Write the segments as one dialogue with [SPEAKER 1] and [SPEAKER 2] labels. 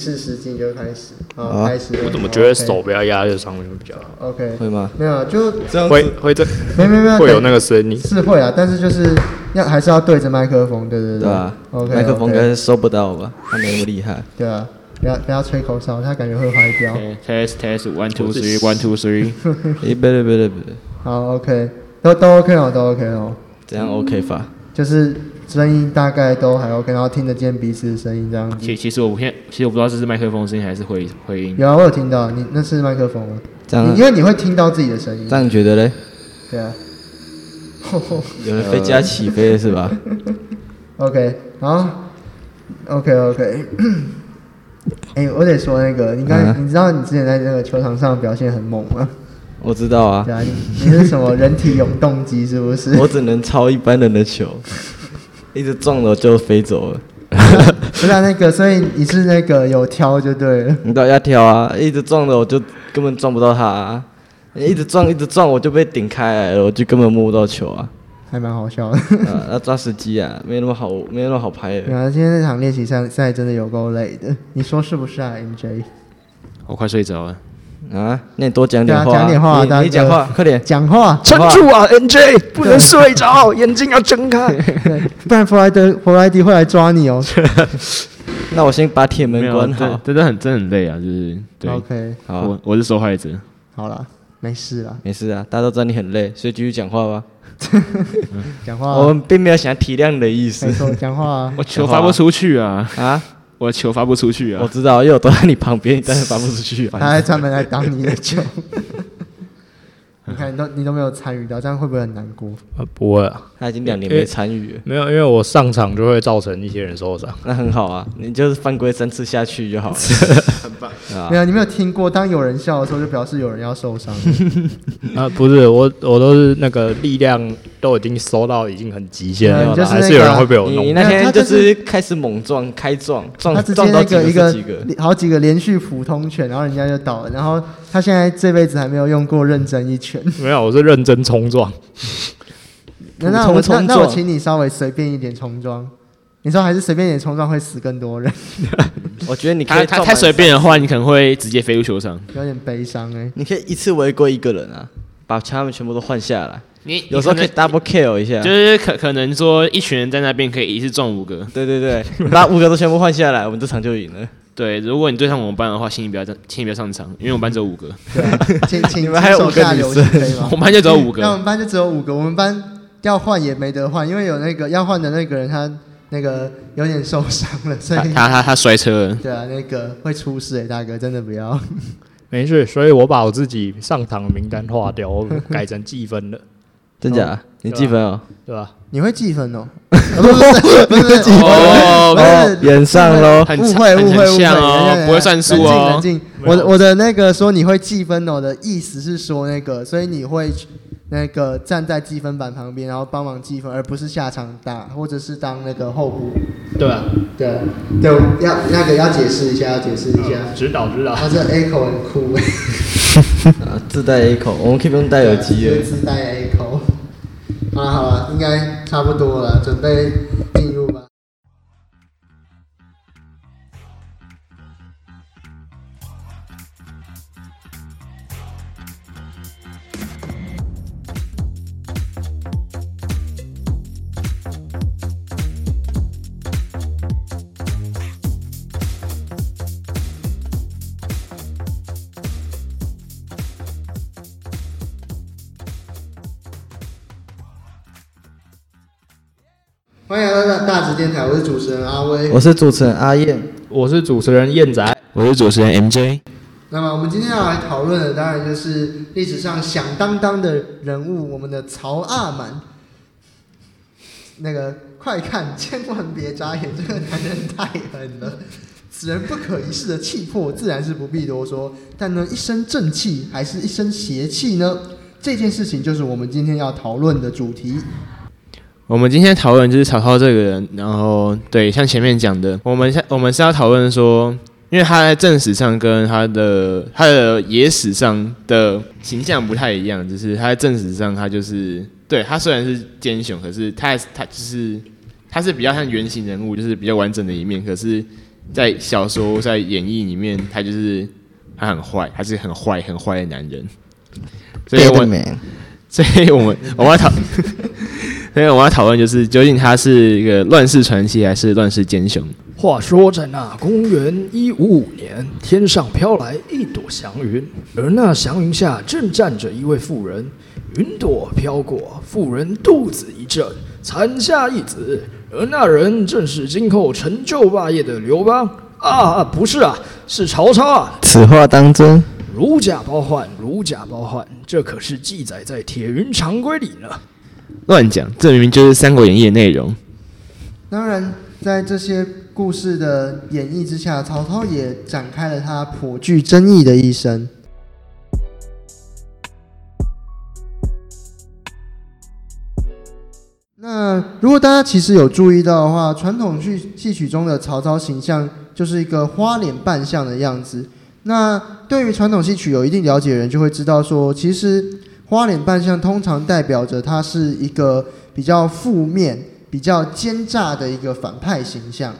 [SPEAKER 1] 四十斤就开始，好
[SPEAKER 2] 啊
[SPEAKER 1] 开始了。
[SPEAKER 3] 我怎么觉得手不要压在上面会比较好？
[SPEAKER 1] OK？
[SPEAKER 2] 会
[SPEAKER 1] OK，
[SPEAKER 2] 吗？
[SPEAKER 1] 没有啊就
[SPEAKER 2] 这样
[SPEAKER 3] 会会这
[SPEAKER 1] 没没没
[SPEAKER 3] 会有那
[SPEAKER 1] 个
[SPEAKER 3] 个声音，
[SPEAKER 1] 是会啊，但是就是要还是要对着麦克风，对对
[SPEAKER 2] 对吧？
[SPEAKER 1] OK，
[SPEAKER 2] 麦克风应该收不到吧？他没那么厉害。
[SPEAKER 1] 对啊，不要不要吹口哨，他感觉会坏掉。
[SPEAKER 4] Test test one two three one two three，
[SPEAKER 2] 诶，不对不对不对，
[SPEAKER 1] 好，OK，都都 OK 哦，都 OK 哦，
[SPEAKER 2] 这样 OK 吧？
[SPEAKER 1] 就是声音大概都还 OK，然后听得见彼此的声音这样子。
[SPEAKER 4] 其其实我不现在，其实我不知道这是麦克风声音还是回回音。
[SPEAKER 1] 有啊，我有听到你那是麦克风吗？
[SPEAKER 2] 这样啊
[SPEAKER 1] 你因为你会听到自己的声音
[SPEAKER 2] 这。样觉得嘞？
[SPEAKER 1] 对啊。
[SPEAKER 2] 有人飞机要起飞了是吧？
[SPEAKER 1] 呃 OK，好，OK OK 哎、我得说那个，你刚、
[SPEAKER 2] 啊
[SPEAKER 1] 你知道你之前在那个球场上表现很猛吗？
[SPEAKER 2] 我知道啊
[SPEAKER 1] 对，啊，你你是什 么人体永动机是不是？
[SPEAKER 2] 我只能超一般人的球，一直撞了就飞走了。
[SPEAKER 1] 不是、啊、那个，所以你是那个有挑就对了。
[SPEAKER 2] 你到底要跳啊？一直撞了我就根本撞不到他、啊，一直撞一直撞我就被顶开来了，我就根本摸不到球啊。
[SPEAKER 1] 还蛮好笑的。
[SPEAKER 2] 啊，要抓时机啊，没那么好，没那么好拍
[SPEAKER 1] 对
[SPEAKER 2] 的。
[SPEAKER 1] 啊，今天这场练习赛赛真的有够累的，你说是不是啊，MJ？
[SPEAKER 4] 我快睡着了。
[SPEAKER 2] 啊，那你多讲点话、
[SPEAKER 1] 对啊讲点话大
[SPEAKER 2] 你
[SPEAKER 1] 哥
[SPEAKER 2] 你讲话，快点。
[SPEAKER 1] 讲话，
[SPEAKER 3] 撑住啊，NJ，不能睡 着，眼睛要睁开。
[SPEAKER 1] 对，不然弗莱德弗莱迪会来抓你哦。
[SPEAKER 2] 那我先把铁门关
[SPEAKER 4] 啊真
[SPEAKER 2] 好。
[SPEAKER 4] 真的很真的很累啊，就是对。
[SPEAKER 1] OK，
[SPEAKER 2] 好啊，
[SPEAKER 4] 我我是受害者。
[SPEAKER 1] 好啦，没事啦，
[SPEAKER 2] 没事啊，大家都知道你很累，所以继续讲话吧。
[SPEAKER 1] 讲话
[SPEAKER 2] 我
[SPEAKER 1] 啊，
[SPEAKER 2] 们并没有想体谅你的意 思
[SPEAKER 1] 没错，讲话啊。
[SPEAKER 4] 我球发不出去啊！
[SPEAKER 2] 啊。
[SPEAKER 4] 我的球发不出去
[SPEAKER 2] 我
[SPEAKER 4] 啊！
[SPEAKER 2] 知道，因为我都在你旁边，你但是发不出去啊。
[SPEAKER 1] 他还专门来挡你的 球。你看，你都你都没有参与到，这样会不会很难过？
[SPEAKER 3] 不会啊，
[SPEAKER 2] 他已经两年没参与了，
[SPEAKER 3] 没有，因为我上场就会造成一些人受伤。
[SPEAKER 2] 那很好啊，你就是犯规三次下去就好了。啊
[SPEAKER 1] 没有，你没有听过，当有人笑的时候，就表示有人要受伤了。
[SPEAKER 3] 啊，不是，我我都是那个力量都已经收到已经很极限
[SPEAKER 1] 对
[SPEAKER 3] 了，
[SPEAKER 1] 就是
[SPEAKER 3] 还
[SPEAKER 1] 那
[SPEAKER 3] 啊是有
[SPEAKER 1] 个
[SPEAKER 3] 人会被我
[SPEAKER 2] 你
[SPEAKER 3] 弄。
[SPEAKER 2] 那
[SPEAKER 1] 没有他
[SPEAKER 2] 天
[SPEAKER 1] 就
[SPEAKER 2] 就是是开始猛撞、开撞、 撞
[SPEAKER 1] 他直接
[SPEAKER 2] 撞到
[SPEAKER 1] 那
[SPEAKER 2] 几个
[SPEAKER 1] 个一
[SPEAKER 2] 是几个，
[SPEAKER 1] 好几个连续普通拳，然后人家就倒了。然后他现在这辈子还没有用过认真一 拳。
[SPEAKER 3] 没有，我是认真冲撞。
[SPEAKER 1] 那那我
[SPEAKER 2] 冲
[SPEAKER 1] 那
[SPEAKER 2] 撞
[SPEAKER 1] 那我请你稍微随便一点重装。你说还是随便一点重装会死更多人，
[SPEAKER 2] 我觉得你可
[SPEAKER 4] 他
[SPEAKER 2] 以
[SPEAKER 4] 他
[SPEAKER 2] 撞
[SPEAKER 4] 太
[SPEAKER 2] 满
[SPEAKER 4] 随便的话，你可能会直接飞入球场。
[SPEAKER 1] 有点悲伤 哎、
[SPEAKER 2] 你可以一次围攻一个人啊，把他们全部都换下来，
[SPEAKER 4] 你
[SPEAKER 2] 有时候可以 double kill 一下
[SPEAKER 4] 就。是可可能说一群人在那边可以一次撞五个。
[SPEAKER 2] 对对对，把五个都全部换下来，我们这场就赢了。
[SPEAKER 4] 对，如果你对上我们班的话，请你不要上，请你不要上场，因为我们班只有五个，
[SPEAKER 1] 对啊，请请
[SPEAKER 2] 你们还有
[SPEAKER 1] 请手
[SPEAKER 2] 五个
[SPEAKER 1] 下
[SPEAKER 2] 女
[SPEAKER 1] 留情
[SPEAKER 2] 生
[SPEAKER 1] 可以吗
[SPEAKER 4] 我？们班就只有五
[SPEAKER 1] 那我
[SPEAKER 4] 个。
[SPEAKER 1] 们班就只有五个，我们班要换也没得换，因为有那个要换的那个人他那个有点受伤了，所
[SPEAKER 4] 他
[SPEAKER 1] 以
[SPEAKER 4] 他他他摔车了，
[SPEAKER 1] 对啊，那个会出事哎、大哥真的不要。
[SPEAKER 3] 没事，所以我把我自己上场的名单划掉，我改成计分的，
[SPEAKER 2] 真假？你记分哦。
[SPEAKER 3] 对吧？
[SPEAKER 1] 你会记分哦？啊不是不是不是记
[SPEAKER 4] 哦
[SPEAKER 1] 分，不是
[SPEAKER 2] 演上喽！
[SPEAKER 4] 很
[SPEAKER 1] 误会
[SPEAKER 4] 很
[SPEAKER 1] 误会
[SPEAKER 4] 很
[SPEAKER 1] 误会，
[SPEAKER 4] 像哦
[SPEAKER 1] 等一下等一下
[SPEAKER 4] 不会算数哦
[SPEAKER 1] 冷静冷静，我的我的那个说你会记分哦的意思是说那个，所以你会那个站在积分板旁边，然后帮忙积分，而不是下场打，或者是当那个后补。
[SPEAKER 3] 对啊，
[SPEAKER 1] 对对，要那个要解释一下，要解释一下。
[SPEAKER 3] 指导指导。
[SPEAKER 1] 他这 echo 很酷哎，
[SPEAKER 2] 啊，自带 A 口，我们可以不用戴耳机啊
[SPEAKER 1] 对
[SPEAKER 2] 了。
[SPEAKER 1] 自带 echo。好了好了，应该差不多了，准备进入吧。欢迎来到大直电台，我是主持人阿威。
[SPEAKER 2] 我是主持人阿燕，
[SPEAKER 3] 我是主持人燕仔，
[SPEAKER 4] 我是主持人 MJ，
[SPEAKER 1] 那么我们今天要来讨论的，当然就是历史上响当当的人物，我们的曹阿满。那个快看，千万别眨眼，这个男人太狠了。此人不可一世的气魄，自然是不必多说。但呢，一身正气还是一身邪气呢？这件事情就是我们今天要讨论的主题。
[SPEAKER 4] 我们今天讨论就是曹操这个人，然后对，像前面讲的，我们像我们是要讨论说，因为他在正史上跟他的他的野史上的形象不太一样，就是他在正史上他就是对他虽然是奸雄，可是他还是他就是他是比较像原型人物，就是比较完整的一面，可是在小说在演绎里面，他就是他很坏，他是很坏很坏的男人。所以我
[SPEAKER 2] Bad man
[SPEAKER 4] 所以我们我们要讨，所以我们要讨论就是究竟他是一个乱世传奇还是乱世奸雄？
[SPEAKER 5] 话说，在那公元一五五年，天上飘来一朵祥云，而那祥云下正站着一位妇人。云朵飘过，妇人肚子一震，产下一子，而那人正是今后成就霸业的刘邦啊，不是啊，是曹操啊。
[SPEAKER 2] 此话当真？
[SPEAKER 5] 如假包换，如假包换，这可是记载在铁云常规里呢。
[SPEAKER 4] 乱讲，这明明就是《三国演义》的内容。
[SPEAKER 1] 当然，在这些故事的演绎之下，曹操也展开了他颇具争议的一生。那如果大家其实有注意到的话，传统剧戏曲中的曹操形象就是一个花脸扮相的样子。那对于传统戏曲有一定了解的人就会知道说，其实花脸扮相通常代表着他是一个比较负面、比较奸诈的一个反派形象。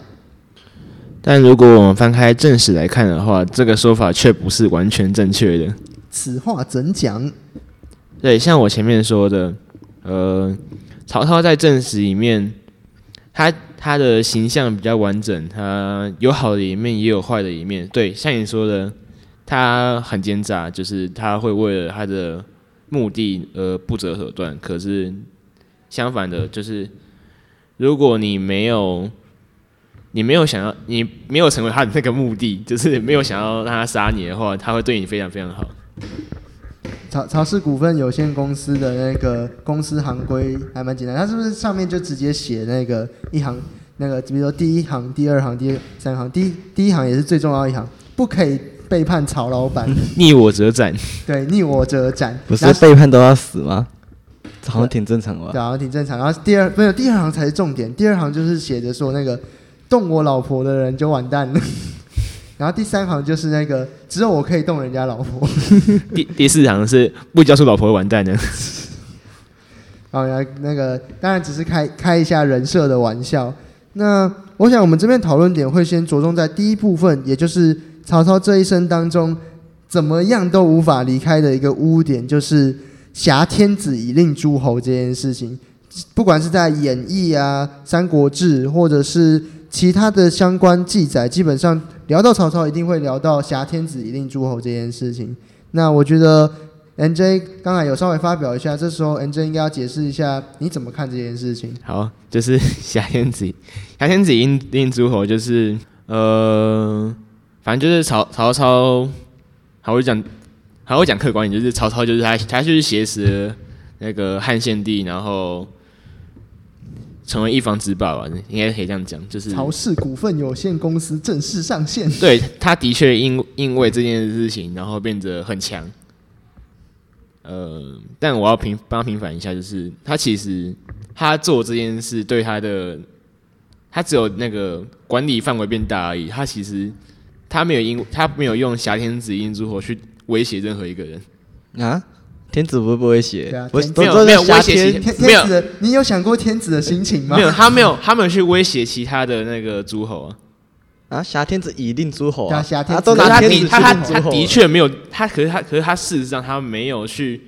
[SPEAKER 4] 但如果我们翻开正史来看的话，这个说法却不是完全正确的。
[SPEAKER 1] 此话怎讲？
[SPEAKER 4] 对，像我前面说的，呃，曹操在正史里面，他他的形象比较完整，他有好的一面，也有坏的一面。对，像你说的，他很奸诈，就是他会为了他的目的而不择手段。可是相反的，就是如果你没有。你没有想要，你没有成为他的那个目的，就是没有想要让他杀你的话，他会对你非常非常好。
[SPEAKER 1] 曹曹氏股份有限公司的那个公司行规还蛮简单，它是不是上面就直接写那个一行那个，比如说第一行、第二行、第三行，第一第一行也是最重要一行，不可以背叛曹老板，
[SPEAKER 4] 逆我者斩，
[SPEAKER 1] 对，逆我者斩。
[SPEAKER 2] 不是
[SPEAKER 1] 然后
[SPEAKER 2] 背叛都要死吗？这好像挺正常的吧？
[SPEAKER 1] 对啊，挺正常。然后第二没有第二行才是重点，第二行就是写着说那个动我老婆的人就完蛋了， 然后第三行就是那个只有我可以动人家老婆，
[SPEAKER 4] 第第四行是不交出老婆会完蛋的，
[SPEAKER 1] 然后哦原来那个当然只是开开一下人设的玩笑。那我想我们这边讨论点会先着重在第一部分，也就是曹操这一生当中怎么样都无法离开的一个污点，就是挟天子以令诸侯这件事情。不管是在演义啊、三国志，或者是其他的相关记载，基本上聊到曹操，一定会聊到挟天子以令诸侯这件事情。那我觉得 N J 刚才有稍微发表一下，这时候 N J 应该要解释一下你怎么看这件事情。
[SPEAKER 4] 好，就是挟天子，挟天子令令诸侯，就是呃，反正就是曹曹操，好我讲，好我讲客观一点，就是曹操就是他他就是挟持了那个汉献帝，然后成为一方之霸吧，应该可以这样讲，就是
[SPEAKER 1] 曹氏股份有限公司正式上 线。
[SPEAKER 4] 对他的确因因为这件事情，然后变得很强。呃，但我要平帮他平反一下，就是他其实他做这件事对他的，他只有那个管理范围变大而已。他其实他没有因他没有用挟天子以令诸侯去威胁任何一个人，
[SPEAKER 2] 啊，天子不会不会写
[SPEAKER 1] 对啊，
[SPEAKER 2] 我
[SPEAKER 1] 天
[SPEAKER 2] 都
[SPEAKER 4] 没有
[SPEAKER 2] 知道
[SPEAKER 4] 没
[SPEAKER 2] 是
[SPEAKER 4] 有威
[SPEAKER 2] 挟
[SPEAKER 4] 胁
[SPEAKER 2] 天
[SPEAKER 4] 性
[SPEAKER 1] 天
[SPEAKER 4] 没有
[SPEAKER 1] 天子的，你有想过天子的心情吗
[SPEAKER 4] 没？有他没有他没有去威胁其他的那个诸侯啊。
[SPEAKER 2] 啊，挟天子以令诸侯啊，
[SPEAKER 1] 对啊挟天
[SPEAKER 2] 啊
[SPEAKER 1] 子
[SPEAKER 2] 都
[SPEAKER 4] 可是
[SPEAKER 2] 拿
[SPEAKER 4] 他
[SPEAKER 2] 天
[SPEAKER 4] 的
[SPEAKER 2] 子
[SPEAKER 4] 他
[SPEAKER 2] 去
[SPEAKER 4] 他
[SPEAKER 2] 令诸
[SPEAKER 4] 他
[SPEAKER 2] 侯
[SPEAKER 4] 的
[SPEAKER 2] 了，
[SPEAKER 4] 确没有他，可是他可是他事实上他没有去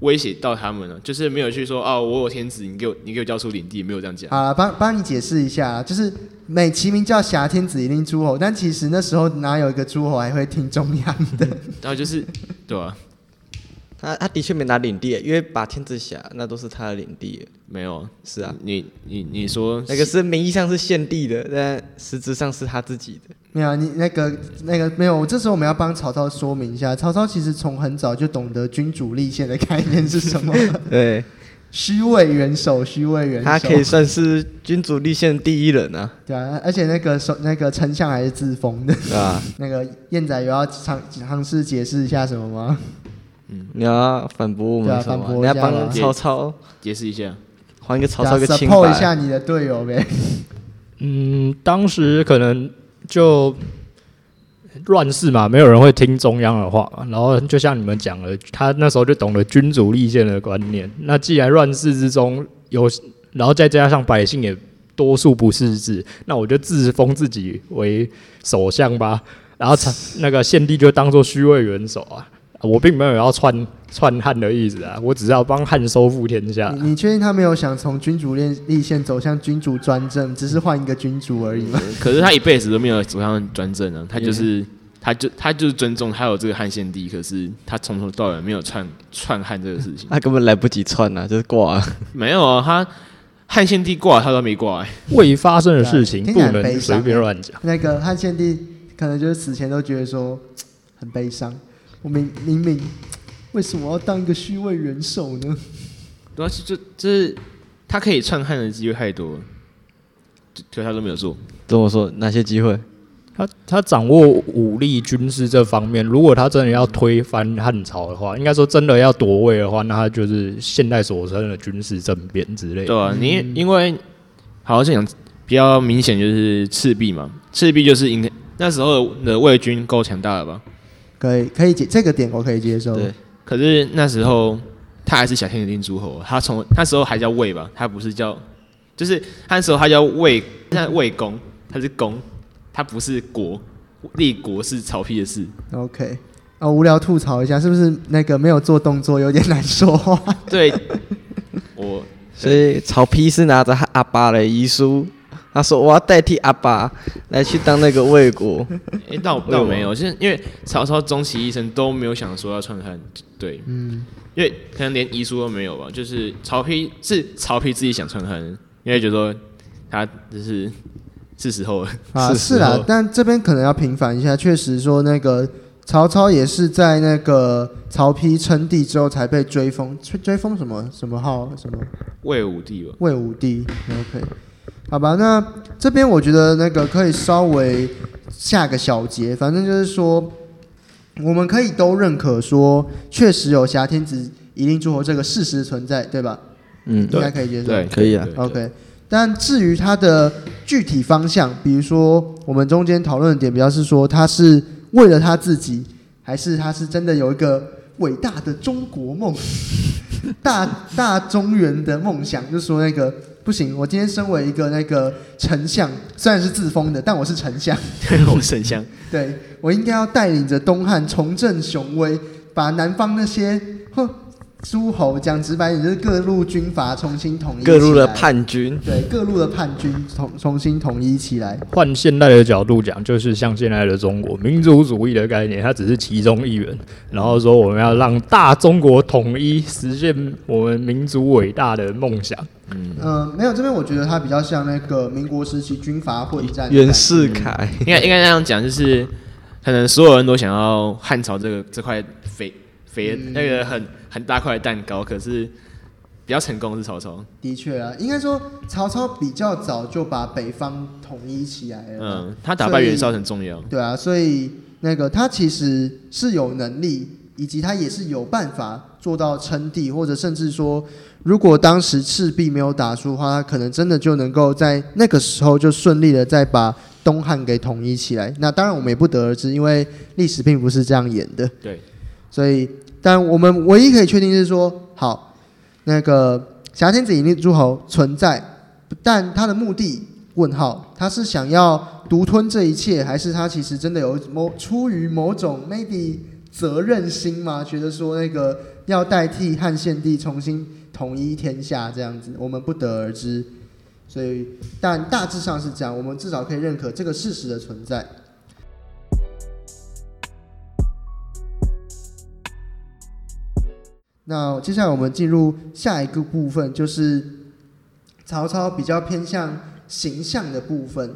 [SPEAKER 4] 威胁到他们了，就是没有去说哦，我有天子，你给我你给我交出领地，没有这样讲。
[SPEAKER 1] 啊，帮帮你解释一下，啊就是美其名叫挟天子以令诸侯，但其实那时候哪有一个诸侯还会听中央的？
[SPEAKER 4] 然后 就是对啊，
[SPEAKER 2] 他他的确没拿领地，因为把天子挟那都是他的领地，
[SPEAKER 4] 没有
[SPEAKER 2] 是啊，
[SPEAKER 4] 你你你说
[SPEAKER 2] 那个是名义上是献帝的，但实质上是他自己的。
[SPEAKER 1] 没有，啊你那个那个没有。这时候我们要帮曹操说明一下，曹操其实从很早就懂得君主立宪的概念是什 么，
[SPEAKER 2] 对，
[SPEAKER 1] 虚位元首，虚位元首，
[SPEAKER 2] 他可以算是君主立宪第一人啊，
[SPEAKER 1] 对啊，而且那个首那个丞相还是自封的。
[SPEAKER 2] 对吧？
[SPEAKER 1] 那个燕仔有要尝尝试解释一下什么吗？
[SPEAKER 2] 你要反驳我
[SPEAKER 1] 对啊
[SPEAKER 2] 们什
[SPEAKER 1] 反
[SPEAKER 2] 么？
[SPEAKER 1] 驳
[SPEAKER 2] 你
[SPEAKER 1] 一下
[SPEAKER 2] 要
[SPEAKER 1] 吧
[SPEAKER 2] 帮曹操
[SPEAKER 4] 解释一下，
[SPEAKER 2] 还给曹操一个
[SPEAKER 1] 对啊
[SPEAKER 2] 清
[SPEAKER 1] support 一
[SPEAKER 2] 白。
[SPEAKER 1] 下你的队友呗。
[SPEAKER 3] 嗯，当时可能就乱世嘛，没有人会听中央的话嘛。然后就像你们讲的，他那时候就懂得君主立宪的观念。那既然乱世之中有，然后再加上百姓也多数不识字，那我就自封自己为首相吧。然后才那个献帝就当做虚位元首啊，我并没有要篡篡汉的意思啊，我只是要帮汉收复天
[SPEAKER 2] 啊
[SPEAKER 3] 下。
[SPEAKER 1] 你你确定他没有想从君主立立宪走向君主专政，只是换一个君主而已吗？
[SPEAKER 4] 可是他一辈子都没有走上专政啊，他
[SPEAKER 2] 嗯
[SPEAKER 4] 就是他就他就是尊重他有这个汉献帝，可是他从头到尾没有篡篡汉这个 事情，
[SPEAKER 2] 他啊根本来不及串啊，就是 挂了。
[SPEAKER 4] 没有啊，他汉献帝挂他都没挂、欸，
[SPEAKER 3] 未发生的事情
[SPEAKER 1] 嗯听
[SPEAKER 3] 不
[SPEAKER 1] 起来很
[SPEAKER 3] 能
[SPEAKER 1] 悲
[SPEAKER 3] 随
[SPEAKER 1] 伤啊
[SPEAKER 3] 便乱讲。
[SPEAKER 1] 那个汉献帝可能就是死前都觉得说很悲伤，我明明明为什么要当一个虚位元首呢？
[SPEAKER 4] 主要是啊就就是他可以篡汉的机会太多了，就可是他都没有做。
[SPEAKER 2] 跟我说哪些机会？
[SPEAKER 3] 他他掌握武力军事这方面，如果他真的要推翻汉朝的话，应该说真的要夺位的话，那他就是现代所称的军事政变之类的。
[SPEAKER 4] 对啊，你因为好像讲比较明显就是赤壁嘛，赤壁就是应该那时候的魏军够强大了吧？
[SPEAKER 1] 可以可以接这个点我可以接受，
[SPEAKER 2] 对
[SPEAKER 4] 可是那时候他还是小天定诸侯，他从那时候还叫魏吧，他不是叫，就是那时候他叫魏，那魏公他是公，他不是国，立国是曹丕的 事。
[SPEAKER 1] OK。啊、无聊吐槽一下，是不是那个没有做动作有点难说话？
[SPEAKER 4] 对，我
[SPEAKER 2] 所以曹丕是拿着他阿爸的遗书，他说我要代替阿爸来去当那个魏 国。
[SPEAKER 4] 诶，倒
[SPEAKER 1] 哎
[SPEAKER 4] 倒没有，就是因为曹操终其一生都没有想说要篡汉，对，
[SPEAKER 1] 嗯，
[SPEAKER 4] 因为可能连遗书都没有吧。就是曹丕是曹丕自己想篡汉，因为觉得说他就是是时候了。
[SPEAKER 1] 啊，
[SPEAKER 2] 是
[SPEAKER 1] 是
[SPEAKER 2] 时
[SPEAKER 1] 啦
[SPEAKER 2] 候，
[SPEAKER 1] 但这边可能要平反一下，确实说那个曹操也是在那个曹丕称帝之后才被追封，追追封什么什么号什么
[SPEAKER 4] 魏武帝吧，
[SPEAKER 1] 魏武帝。OK，好吧，那这边我觉得那个可以稍微下个小结，反正就是说，我们可以都认可说，确实有挟天子以令诸侯这个事实存在，对吧？
[SPEAKER 2] 嗯，
[SPEAKER 1] 应该可以接受。
[SPEAKER 4] 对，
[SPEAKER 2] 可以啊
[SPEAKER 4] 对
[SPEAKER 1] OK，但至于它的具体方向，比如说我们中间讨论的点比较是说，他是为了他自己，还是他是真的有一个伟大的中国 梦，大大中原的梦想，就说那个。不行，我今天身为一个那个丞相，虽然是自封的，但我是丞相，
[SPEAKER 4] 我 沈香，
[SPEAKER 1] 对我应该要带领着东汉重振雄威，把南方那些哼诸侯，讲直白点就是各路军阀重新统一，
[SPEAKER 2] 各路的叛军。
[SPEAKER 1] 对各路的叛军重重新统一起来。
[SPEAKER 3] 换现代的角度讲，就是像现在的中国民族主义的概念，它只是其中一员。然后说我们要让大中国统一，实现我们民族伟大的梦想。
[SPEAKER 1] 嗯、没有这边我觉得它比较像那个民国时期军嗯阀混战的
[SPEAKER 2] 袁
[SPEAKER 1] 感
[SPEAKER 2] 世凯，
[SPEAKER 4] 应该应该那样讲，就是可能所有人都想要汉朝这个这块肥肥
[SPEAKER 1] 嗯
[SPEAKER 4] 那个很很大块的蛋糕，可是比较成功的是曹操。
[SPEAKER 1] 觉的确啊，应该说曹操比较早就把北方统一起来了嘛。
[SPEAKER 4] 嗯，他打败
[SPEAKER 1] 哎所以
[SPEAKER 4] 袁绍很重要。
[SPEAKER 1] 对啊，所以那个他其实是有能力，以及他也是有办法做到称帝，或者甚至说，如果当时赤壁没有打输的话，他可能真的就能够在那个时候就顺利的再把东汉给统一起来。那当然我们也不得而知，因为历史并不是这样演的。
[SPEAKER 4] 对，
[SPEAKER 1] 所以，但我们唯一可以确定是说，好，那个挟天子以令诸侯存在，但他的目的问号，他是想要独吞这一切，还是他其实真的有某出于某种 maybe 责任心吗？觉得说那个要代替汉献帝重新统一天下这样子，我们不得而知。所以，但大致上是这样，我们至少可以认可这个事实的存在。那接下来我们进入下一个部分，就是曹操比较偏向形象的部分。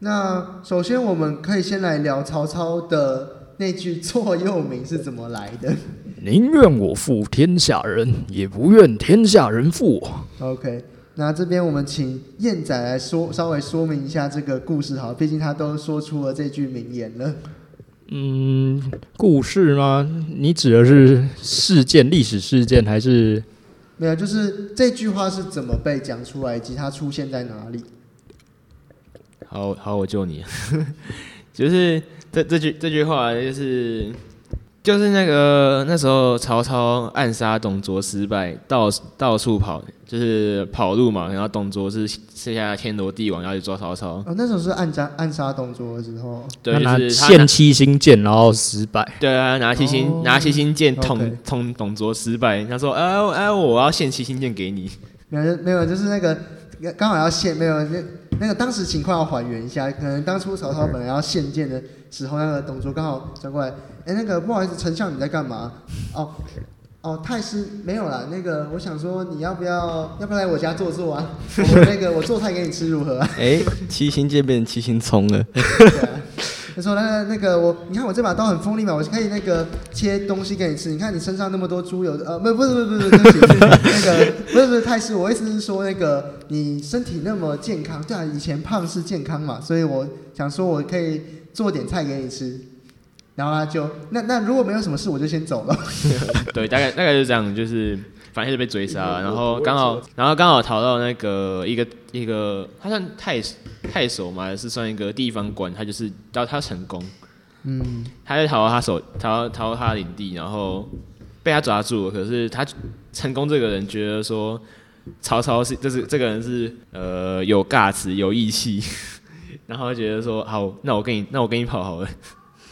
[SPEAKER 1] 那首先我们可以先来聊曹操的那句座右铭是怎么来的。
[SPEAKER 5] 宁愿我负天下人，也不愿天下人负我。
[SPEAKER 1] OK，那这边我们请燕仔来说，稍微说明一下这个故事好了，毕竟他都说出了这句名言了。
[SPEAKER 3] 嗯，故事吗？你指的是事件、历史事件，还是
[SPEAKER 1] 没有，就是这句话是怎么被讲出来，以及它出现在哪里。
[SPEAKER 4] 好好，我救你。就是这这句这句话，就是就是那个那时候曹操暗杀董卓失败，到到处跑，就是跑路嘛。然后董卓是剩下天罗地网要去抓曹操，
[SPEAKER 1] 哦，那时候是暗杀暗杀董卓的时候，
[SPEAKER 4] 对，
[SPEAKER 3] 他拿
[SPEAKER 4] 就是他
[SPEAKER 3] 献七星剑，然后失 败。
[SPEAKER 4] 对啊，拿七星、
[SPEAKER 1] 哦
[SPEAKER 4] 拿七星剑捅
[SPEAKER 1] OK
[SPEAKER 4] 捅董卓失败，他说：“哎、啊、哎、我要献七星剑给你。
[SPEAKER 1] 没有没有，就是那个刚好要献没有那那个当时情况要还原一下，可能当初曹操本来要献剑的时候，那个董卓刚好转过来，哎、那个不好意思，丞相你在干嘛？哦哦，太师没有啦，那个我想说你要不要要不要来我家坐坐啊？ 我那个我做菜给你吃如何、啊？
[SPEAKER 2] 哎、七星剑变成七星葱 了，
[SPEAKER 1] 对啊 他说：“那那个我，你看我这把刀很锋利嘛，我可以那个切东西给你吃。你看你身上那么多猪油，呃，不不是不是不是，对不起， 那个不是不是太师，我意思是说那个你身体那么健康，对啊，以前胖是健康嘛，所以我想说我可以做点菜给你吃。然后他就那那如果没有什么事，我就先走了。”
[SPEAKER 4] 对，大概大概就这样，就是反正就被追杀，然后刚好然后刚好逃到那个一个一个，他算太太守嘛，还是算一个地方官，他就是到他成功，
[SPEAKER 1] 嗯，
[SPEAKER 4] 他就逃到他手逃到逃到他的领地，然后被他抓住了。可是他成功这个人觉得说，曹操是就是这个人是呃有尬词有义气， 然后觉得说好，那我跟你那我跟你跑好了。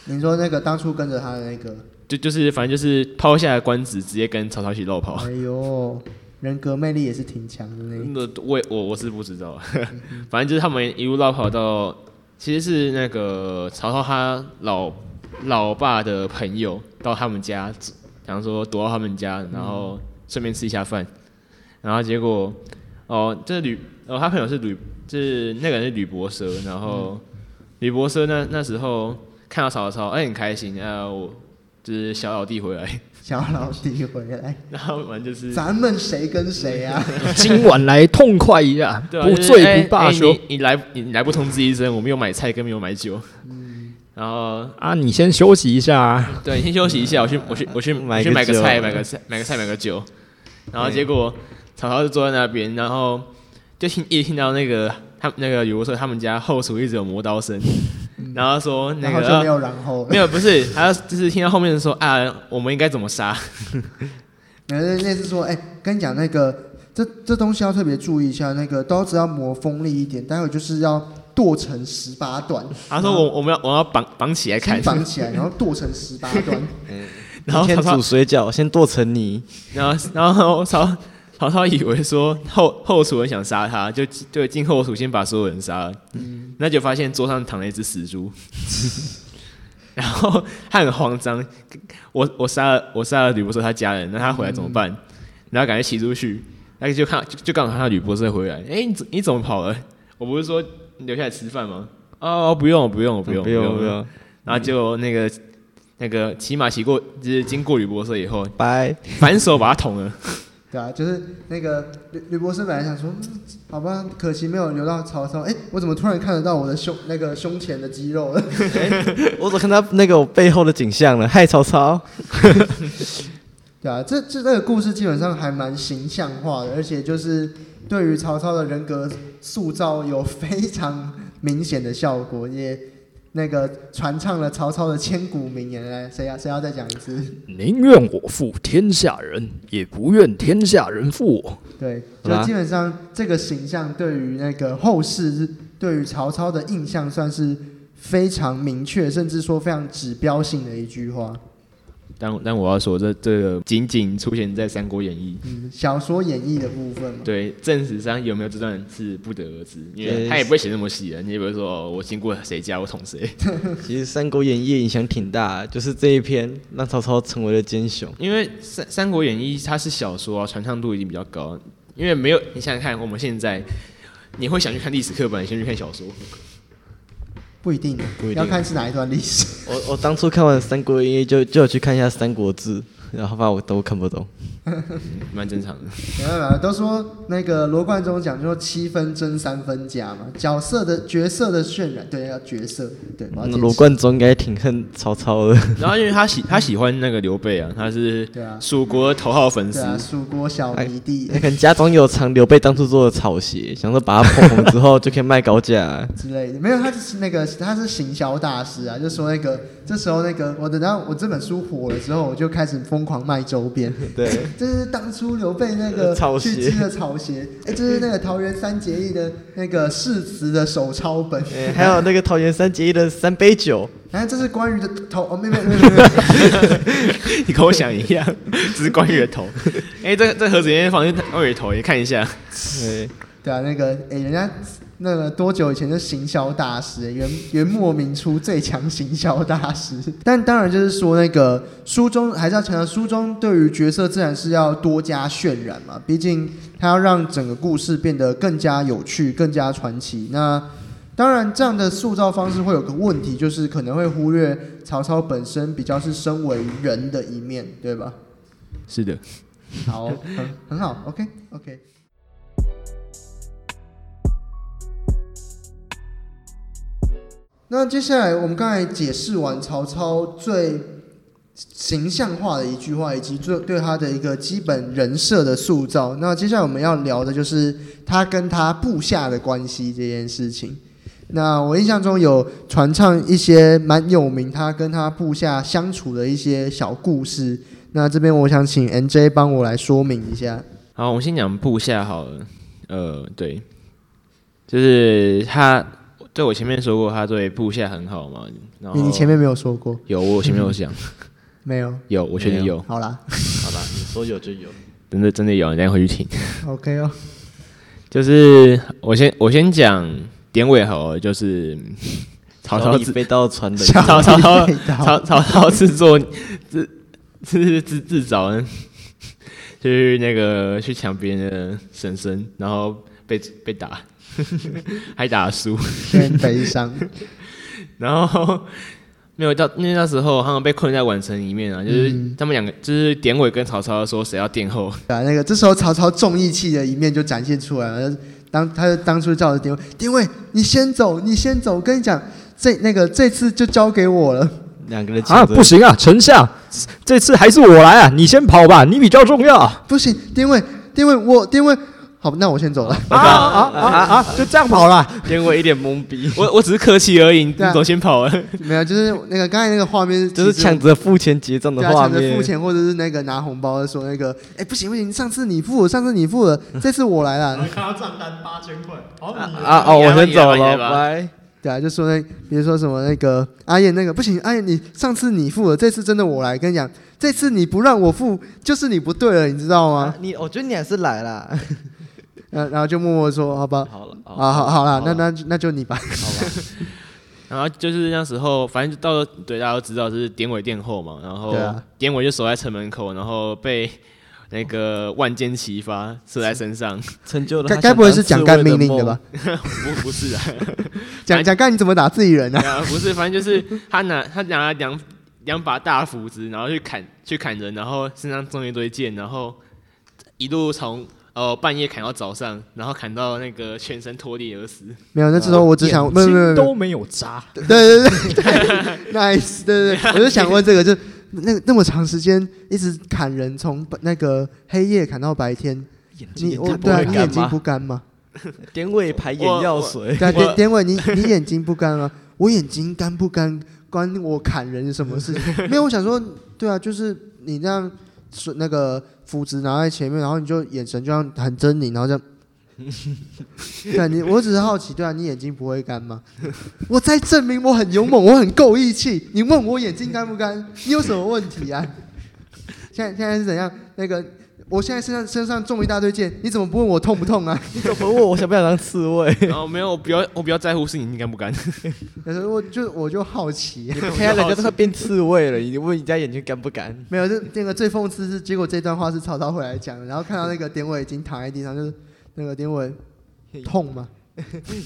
[SPEAKER 1] 你说那个当初跟着他的那个，
[SPEAKER 4] 就就是反正就是抛下官职，直接跟曹操一起绕跑。
[SPEAKER 1] 哎呦，人格魅力也是挺强的呢。
[SPEAKER 4] 那我也我我是不知道， 反正就是他们一路绕跑到，其实是那个曹操他老老爸的朋友到他们家，想说躲到他们家，然后顺便吃一下饭，然后结果哦，这吕哦他朋友是吕，就是那个人是吕伯奢，然后吕伯奢那那时候看到曹操，哎、很开心，啊，我就是小老弟回来，
[SPEAKER 1] 小老弟回来，
[SPEAKER 4] 然后反正就是
[SPEAKER 1] 咱们谁跟谁啊？
[SPEAKER 3] 今晚来痛快一下，
[SPEAKER 4] 对啊
[SPEAKER 3] 不
[SPEAKER 4] 就是
[SPEAKER 3] 醉
[SPEAKER 4] 哎
[SPEAKER 3] 不罢
[SPEAKER 4] 哎
[SPEAKER 3] 休
[SPEAKER 4] 你你来你来不通知一声，我没有买菜，跟没有买酒。然后
[SPEAKER 3] 啊！你先休息一下啊，
[SPEAKER 4] 对，你先休息一下，我去我去我去
[SPEAKER 2] 买
[SPEAKER 4] 我去
[SPEAKER 2] 个
[SPEAKER 4] 买个
[SPEAKER 2] 酒
[SPEAKER 4] 菜，买个菜买个菜买个酒。然后结果曹操就坐在那边，然后就听一直听到那个他那个比如说他们家后厨一直有磨刀声， 然后说那
[SPEAKER 1] 然后
[SPEAKER 4] 个
[SPEAKER 1] 就没有然后了
[SPEAKER 4] 没。有不是，他就是听到后面说啊，我们应该怎么杀？
[SPEAKER 1] 没有，类似说，哎、跟你讲那个，这这东西要特别注意一下，那个刀子要磨锋利一点，待会就是要剁成十八段，
[SPEAKER 4] 他说我我们要我要绑绑起来看
[SPEAKER 1] 先，绑起来，然后剁成十八段。
[SPEAKER 4] 然后
[SPEAKER 2] 先
[SPEAKER 4] 曹操
[SPEAKER 2] 煮水饺，先剁成泥，
[SPEAKER 4] 然后然后曹曹操以为说后后厨人想杀他，就就进后厨先把所有人杀了，那就发现桌上躺了一只死猪， 然后他很慌张，我我杀了我杀了吕伯奢他家人，那他回来怎么办？然后赶快骑出去，那就看就就刚好看到吕伯奢回来，哎你怎你怎么跑了？我不是说你留下来吃饭吗？哦不用不用不用
[SPEAKER 2] 不用不用，
[SPEAKER 4] 然后就那个那个骑马骑过就是经过吕伯奢以后，
[SPEAKER 2] 拜。
[SPEAKER 4] 反手把他捅了。
[SPEAKER 1] 对啊，就是那个吕吕伯奢本来想说，嗯好吧，可惜没有留到曹操。哎、我怎么突然看得到我的胸那个胸前的肌肉了？
[SPEAKER 2] 我只看到那个我背后的景象了。嗨，曹操，
[SPEAKER 1] 对啊，这这这个故事基本上还蛮形象化的，而且就是对于曹操的人格塑造有非常明显的效果，也那个传唱了曹操的千古名言。来，谁要谁要再讲一次？
[SPEAKER 5] 宁愿我负天下人，也不愿天下人负我。
[SPEAKER 1] 对，
[SPEAKER 2] 好吧
[SPEAKER 1] 就基本上这个形象对于那个后世对于曹操的印象算是非常明确，甚至说非常指标性的一句话。
[SPEAKER 4] 但但我要说，这这个仅仅出现在《三国演义
[SPEAKER 1] 嗯，小说演绎的部分》，嘛，
[SPEAKER 4] 对正史上有没有这段是不得而知，因为
[SPEAKER 2] 对
[SPEAKER 4] 他也不会写那么细啊，你也不会说哦，我经过谁家，我捅谁，
[SPEAKER 2] 其实《三国演义》影响挺大的，就是这一篇让曹操成为了奸雄。
[SPEAKER 4] 因为《三三国演义》它是小说啊，传唱度已经比较高，因为没有你想想看，我们现在你会想去看历史课本，先去看小说，
[SPEAKER 1] 不一定，
[SPEAKER 2] 不一定
[SPEAKER 1] 要看是哪一段历史。
[SPEAKER 2] 我我当初看完《三国演义》就就有去看一下《三国志》，然后发现我都看不懂。
[SPEAKER 4] 蛮正常的。
[SPEAKER 1] 没办法，都说那个罗贯中讲说七分真三分假嘛，角色的角色的渲染，对，要角色，对，我要
[SPEAKER 2] 那
[SPEAKER 1] 解释
[SPEAKER 2] 嗯罗贯中应该挺恨曹操的。
[SPEAKER 4] 然后因为他喜他喜欢那个刘备啊，他是
[SPEAKER 1] 对啊
[SPEAKER 4] 蜀国头号粉丝
[SPEAKER 1] 对，啊，蜀国小迷弟
[SPEAKER 2] 那可能家中有藏刘备当初做的草鞋，想说把它捧红之后就可以卖高价。
[SPEAKER 1] 之类的，没有，他就是那个他是行销大师啊，就说那个这这时候那个我等到我这本书火了之后，我就开始疯狂卖周边。
[SPEAKER 2] 对，
[SPEAKER 1] 这是当初刘备那 个
[SPEAKER 2] 草
[SPEAKER 1] 去
[SPEAKER 2] 鞋
[SPEAKER 1] 织的草鞋，哎，这是那个桃园三结义的那个誓词的手抄本，
[SPEAKER 2] 哎还 有那个桃园三结义的三杯酒，
[SPEAKER 1] 然后这是关于的头，哦，没有没有没有没有，
[SPEAKER 4] 你跟我想一样，只是关羽的 头。哎、这这盒子里面放的是关羽的头，你看一下。
[SPEAKER 2] 对，
[SPEAKER 1] 对啊，那个哎，人家那个多久以前就行销大师，元元末明初最强行销大师。但当然就是说，那个书中还是要强调，书中对于角色自然是要多加渲染嘛，毕竟他要让整个故事变得更加有趣、更加传奇。那当然，这样的塑造方式会有个问题，就是可能会忽略曹操本身比较是身为人的一面，对吧？
[SPEAKER 4] 是的，
[SPEAKER 1] 好，哦很很好，OK OK。那接下来我们刚才解释完曹操最形象化的一句话，以及最对他的一个基本人设的塑造。那接下来我们要聊的就是他跟他部下的关系这件事情。那我印象中有传唱一些蛮有名他跟他部下相处的一些小故事，那这边我想请 N J 帮我来说明一下。
[SPEAKER 4] 好，我们先讲部下好了。呃，对，就是他对我前面说过，他对部下很好嘛。然后
[SPEAKER 1] 你你前面没有说过，
[SPEAKER 4] 有，我前面有 讲，
[SPEAKER 1] 没有？
[SPEAKER 4] 有，我确定有，
[SPEAKER 1] 好 啦
[SPEAKER 2] 好啦，你说有就有，
[SPEAKER 4] 真的真的有，你等一下回去听。
[SPEAKER 1] ，OK 哦，
[SPEAKER 4] 就是我先我先讲典韦侯，就是嗯曹操
[SPEAKER 2] 只
[SPEAKER 4] 自
[SPEAKER 2] 飞到船的，
[SPEAKER 4] 曹操
[SPEAKER 1] 小
[SPEAKER 4] 曹
[SPEAKER 1] 李被盗
[SPEAKER 4] 曹曹操自作自自自自找，就是那个 去抢别人的婶婶，然后被被打， 还打输，
[SPEAKER 1] 有点悲 伤。
[SPEAKER 4] 然后。没有到，因为那时候他们被困在宛城里面啊，就是
[SPEAKER 1] 嗯
[SPEAKER 4] 他们两个，就是典韦跟曹操说谁要 殿后，
[SPEAKER 1] 对啊，那个这时候曹操重义气的一面就展现出来了。当他就当初叫了丁位，丁位，你先走，你先走。跟你讲，这那个这次就交给我了。
[SPEAKER 2] 两个人
[SPEAKER 3] 啊，
[SPEAKER 2] 抢着
[SPEAKER 3] 不行啊，丞相，这次还是我来啊，你先跑吧，你比较重要啊
[SPEAKER 1] 不行，丁位，丁位，我丁位，好，那我先 走了。
[SPEAKER 3] 啊啊啊啊！就这样跑了，
[SPEAKER 2] 典韦一脸懵逼，
[SPEAKER 4] 我我只是客气而已，你
[SPEAKER 1] 对啊
[SPEAKER 4] 走先跑了。
[SPEAKER 1] 没有，就是那个刚才那个画面，
[SPEAKER 2] 就是抢着付钱结账的
[SPEAKER 1] 对啊，
[SPEAKER 2] 画
[SPEAKER 1] 抢着
[SPEAKER 2] 面
[SPEAKER 1] 付，钱或者是那个拿红包的说那个，哎、不行不行，上次你付了，上次你付了， 这次我来了。
[SPEAKER 3] 看到账单八千块，好
[SPEAKER 2] 啊啊哦，我先走了，拜。
[SPEAKER 1] 对啊，就说那比如说什么那个阿燕那个不行，阿燕你上次你付了，这次真的我来。跟你讲，这次你不让我付，就是你不对了，你知道 吗？
[SPEAKER 2] 啊你我觉得你还是来啦。
[SPEAKER 1] 呃，然后就默默地说好吧，
[SPEAKER 2] 好了，
[SPEAKER 1] 啊好好啦，那那那就你吧。
[SPEAKER 4] 然后就是那时候，反正就到了对大家都知道，就是典韦殿后嘛。然后
[SPEAKER 1] 对啊
[SPEAKER 4] 典韦就守在城门口，然后被那个万箭齐发射在身上。
[SPEAKER 2] 成就了他
[SPEAKER 1] 该
[SPEAKER 2] 想当
[SPEAKER 1] 该不会是蒋干
[SPEAKER 2] 刺猬
[SPEAKER 1] 命令的
[SPEAKER 2] 梦
[SPEAKER 1] 吧？？
[SPEAKER 4] 不不是啊，
[SPEAKER 1] 蒋蒋干你怎么打自己人呢、
[SPEAKER 4] 对啊不是，反正就是他拿他拿了两两把大斧子，然后去砍去砍人，然后身上中一堆箭，然后一路从呃半夜砍到早上，然后砍到那个全身脱力而死。
[SPEAKER 1] 没有，那时候我只
[SPEAKER 3] 啊
[SPEAKER 1] 想，没有没有没有没有
[SPEAKER 3] 都没有扎，
[SPEAKER 1] 对对对对，nice，对对对，我就想问这个，就那那么长时间一直砍人，从那个黑夜砍到白天，你我
[SPEAKER 2] 看不
[SPEAKER 1] 对啊，
[SPEAKER 2] 会
[SPEAKER 1] 你
[SPEAKER 2] 干
[SPEAKER 1] 眼睛
[SPEAKER 2] 吗
[SPEAKER 1] 不干吗？
[SPEAKER 2] 典韦牌眼药水，
[SPEAKER 1] 对啊，
[SPEAKER 4] 我
[SPEAKER 1] 典典伟，你你眼睛不干吗？啊我眼睛干不干关我砍人什么事情？没有，我想说，对啊，就是你这样说那个斧子拿在前面，然后你就眼神就这样很狰狞，然后这样。对啊，你我只是好奇，对啊，你眼睛不会干吗？ 我在证明我很勇猛，我很够义气。你问我眼睛干不干，你有什么问题啊？ 现在现在是怎样？那个，我现在身上身上中一大堆箭，你怎么不问我痛不痛啊？
[SPEAKER 2] 你怎么问我想不想当刺猬？
[SPEAKER 4] 然后没有，我比较我比较在乎是你干不干。
[SPEAKER 1] 可是我就我就好奇，啊
[SPEAKER 2] 现在人家都快变刺猬了，你问人家眼睛干不干？
[SPEAKER 1] 没有，这那个最讽刺是，结果这段话是曹操回来讲的，然后看到那个典韦已经躺在地上，就是那个典韦痛吗？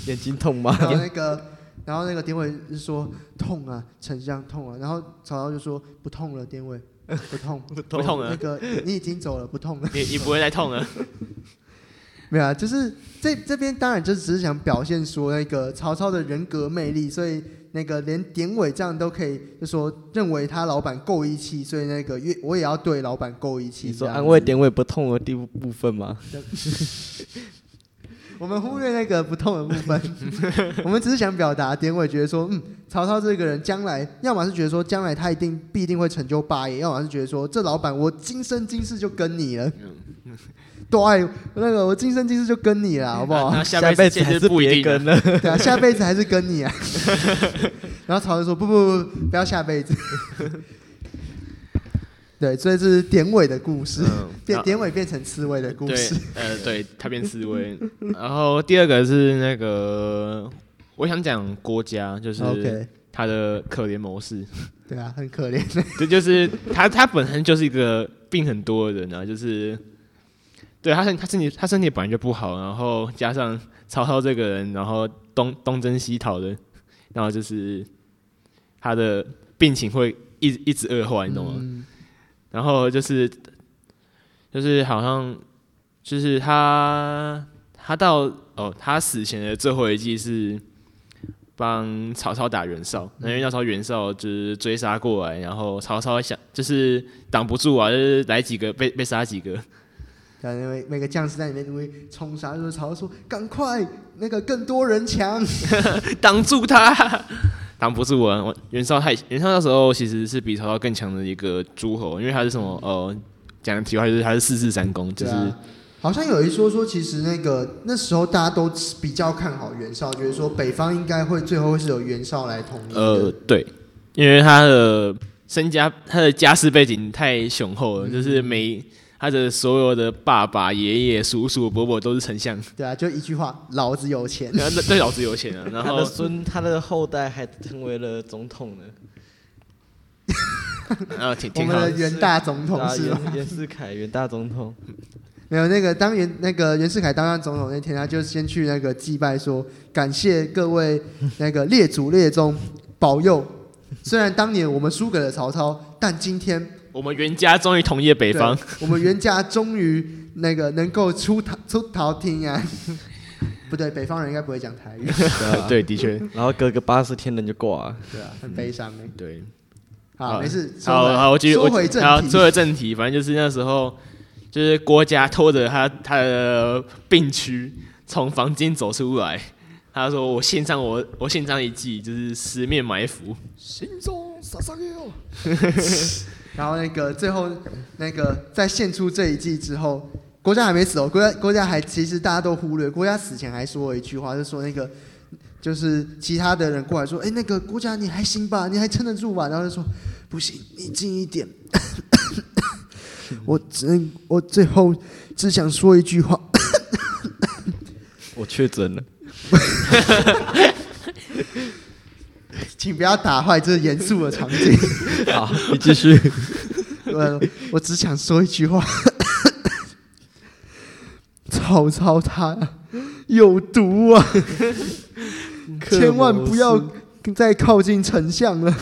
[SPEAKER 2] 眼睛痛吗？
[SPEAKER 1] 然后那个，然后那个典韦就说痛啊，丞相痛啊，然后曹操就说不痛了，典韦不痛，
[SPEAKER 2] 不
[SPEAKER 4] 不痛了
[SPEAKER 1] 那个你已经走了，不痛了。
[SPEAKER 4] 你你不会再痛了。
[SPEAKER 1] 没有啊，就是这这边当然就只是想表现说那个曹操的人格魅力，所以那个连典韦这样都可以，就说认为他老板够义气，所以那个越我也要对老板够义气。
[SPEAKER 2] 你
[SPEAKER 1] 这
[SPEAKER 2] 说
[SPEAKER 1] 样
[SPEAKER 2] 安慰
[SPEAKER 1] 子
[SPEAKER 2] 典韦不痛的地部部分吗？
[SPEAKER 1] 我们忽略那个不痛的部 分，我们只是想表达典韦觉得说，嗯，曹操这个人将来，要么是觉得说将来他一定必定会成就霸业，要么是觉得说这老板我今生今世就跟你了，
[SPEAKER 4] 嗯
[SPEAKER 1] 对，那个我今生今世就跟你 了，好不好？
[SPEAKER 4] 那
[SPEAKER 2] 下
[SPEAKER 4] 下辈
[SPEAKER 2] 子还
[SPEAKER 4] 其
[SPEAKER 2] 是
[SPEAKER 4] 实不一
[SPEAKER 2] 别
[SPEAKER 4] 定啊
[SPEAKER 2] 跟了。
[SPEAKER 1] 对啊，下辈子还是跟 你啊。然后曹操说：“不不不，不要下辈 子。”对，所以这是典韦的故事，
[SPEAKER 4] 嗯
[SPEAKER 1] 变
[SPEAKER 4] 啊
[SPEAKER 1] 典韦变成刺猬的故
[SPEAKER 4] 对
[SPEAKER 1] 事。，
[SPEAKER 4] 呃，对，他变思维。然后第二个是那个，我想讲郭嘉，就是
[SPEAKER 1] OK，
[SPEAKER 4] 他的可怜模式。
[SPEAKER 1] 对啊，很可怜。
[SPEAKER 4] 这就是他，他本身就是一个病很多的人啊，就是对他身他身体他身体本来就不好，然后加上曹操这个人，然后东东征西讨的，然后就是他的病情会一直一直恶化，你懂吗？
[SPEAKER 1] 嗯
[SPEAKER 4] 然后就是就是好像就是他他到哦，他死前的最后一计是帮曹操打袁绍，
[SPEAKER 1] 嗯
[SPEAKER 4] 那因为那时候袁绍就是追杀过来，然后曹操想就是挡不住啊，就是来几个被被杀 几个，
[SPEAKER 1] 对啊，因为每个将士在里面因为冲杀，就是曹操说：“赶快，那个更多人强。
[SPEAKER 4] 挡住他，挡不住啊！我袁绍太袁绍那时候其实是比曹操更强的一个诸侯，因为他是什么呃，讲题外就是他是四世三公，”就
[SPEAKER 1] 嗯对
[SPEAKER 4] 是、
[SPEAKER 1] 啊，好像有一说说，其实那个那时候大家都比较看好袁绍，觉得说北方应该会最后会是由袁绍来统一的。
[SPEAKER 4] 呃，对，因为他的身家、他的家世背景太雄厚
[SPEAKER 1] 嗯
[SPEAKER 4] 了，就是每他的所有的爸爸、爷爷、叔叔、伯伯都是丞相，
[SPEAKER 1] 对啊，就一句话：“老子有钱。”
[SPEAKER 4] 然后对老子有钱啊，然
[SPEAKER 2] 他的
[SPEAKER 4] 后
[SPEAKER 2] 孙，他的后代还成为了总统呢。
[SPEAKER 4] 然后啊挺
[SPEAKER 1] 我
[SPEAKER 4] 挺
[SPEAKER 1] 们
[SPEAKER 4] 好
[SPEAKER 1] 的
[SPEAKER 4] 的。
[SPEAKER 1] 袁大总统是吗？
[SPEAKER 2] 啊袁袁世凯，袁大总统。
[SPEAKER 1] 没有那个当袁那个袁世凯当上总统那天，他就先去那个祭拜说，感谢各位那个列祖列宗保佑。虽然当年我们输给了曹操，但今天
[SPEAKER 4] 我们袁家终于统一了北方，
[SPEAKER 1] 对我们袁家终于那个能够出逃 出逃厅啊！ 不对，北方人应该不会讲台语，
[SPEAKER 4] 对，啊的确，
[SPEAKER 2] 然后隔个八十天人就挂了。
[SPEAKER 1] 对啊，很悲伤哎、
[SPEAKER 4] 对。
[SPEAKER 1] 好，没事，收
[SPEAKER 4] 好
[SPEAKER 1] 回
[SPEAKER 4] 好，我继续，
[SPEAKER 1] 说
[SPEAKER 4] 我
[SPEAKER 1] 回正
[SPEAKER 4] 好，说
[SPEAKER 1] 题。
[SPEAKER 4] 回正题，反正就是那时候，就是郭嘉拖着他他的病区从房间走出来，他说：“我献上我我献上一计，就是十面埋伏。
[SPEAKER 5] 心中撒撒娇。
[SPEAKER 1] 然后那个最后那个在献出这一季之后，国家还没死哦，国家国家还其实大家都忽略，国家死前还说了一句话，就说那个就是其他的人过来说，哎，那个国家你还行吧，你还撑得住吧？然后就说不行，你近一点。 我只能，我最后只想说一 句话，
[SPEAKER 2] 我确诊了，
[SPEAKER 1] 请不要打坏这严肃的场景。
[SPEAKER 2] 好，你继 续。
[SPEAKER 1] 我呃我只想说一句话： 曹操他有毒 啊，千万不要再靠近丞相了。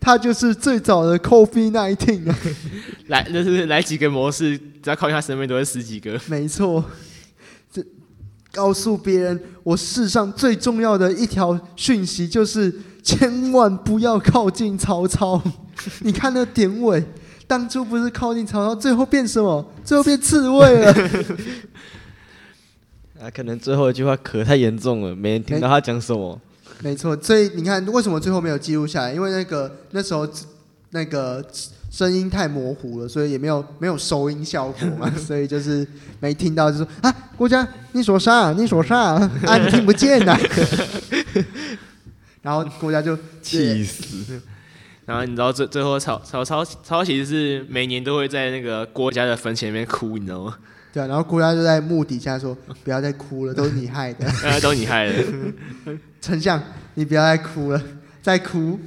[SPEAKER 1] 他就是最早的 COVID nineteen 啊，”
[SPEAKER 4] 来，就是来几个模式，只要靠近他身边都会死几个。
[SPEAKER 1] 没错。这告诉别人，我世上最重要的一条讯息就是，千万不要靠近曹 操。你看那典韦，当初不是靠近曹操，最后变什么？最后变刺猬了。
[SPEAKER 2] 啊，可能最后一句话咳太严重了，没人听到他讲什么。
[SPEAKER 1] 没错，所以你看，为什么最后没有记录下来？因为那个那时候那个声音太模糊了，所以也没有没有收音效果 嘛，所以就是没听到，就说啊，郭嘉，你说啥？你说啥？啊， 你听不见呐、然后郭嘉就
[SPEAKER 2] 气死！
[SPEAKER 4] 然后你知道最最后曹曹操曹操其实是每年都会在那个郭嘉的坟前面哭，你知道吗？
[SPEAKER 1] 对啊，然后郭嘉就在墓底下说：“不要再哭了，都是你害的，
[SPEAKER 4] 大家都你害的。
[SPEAKER 1] 丞相，你不要再哭了，再哭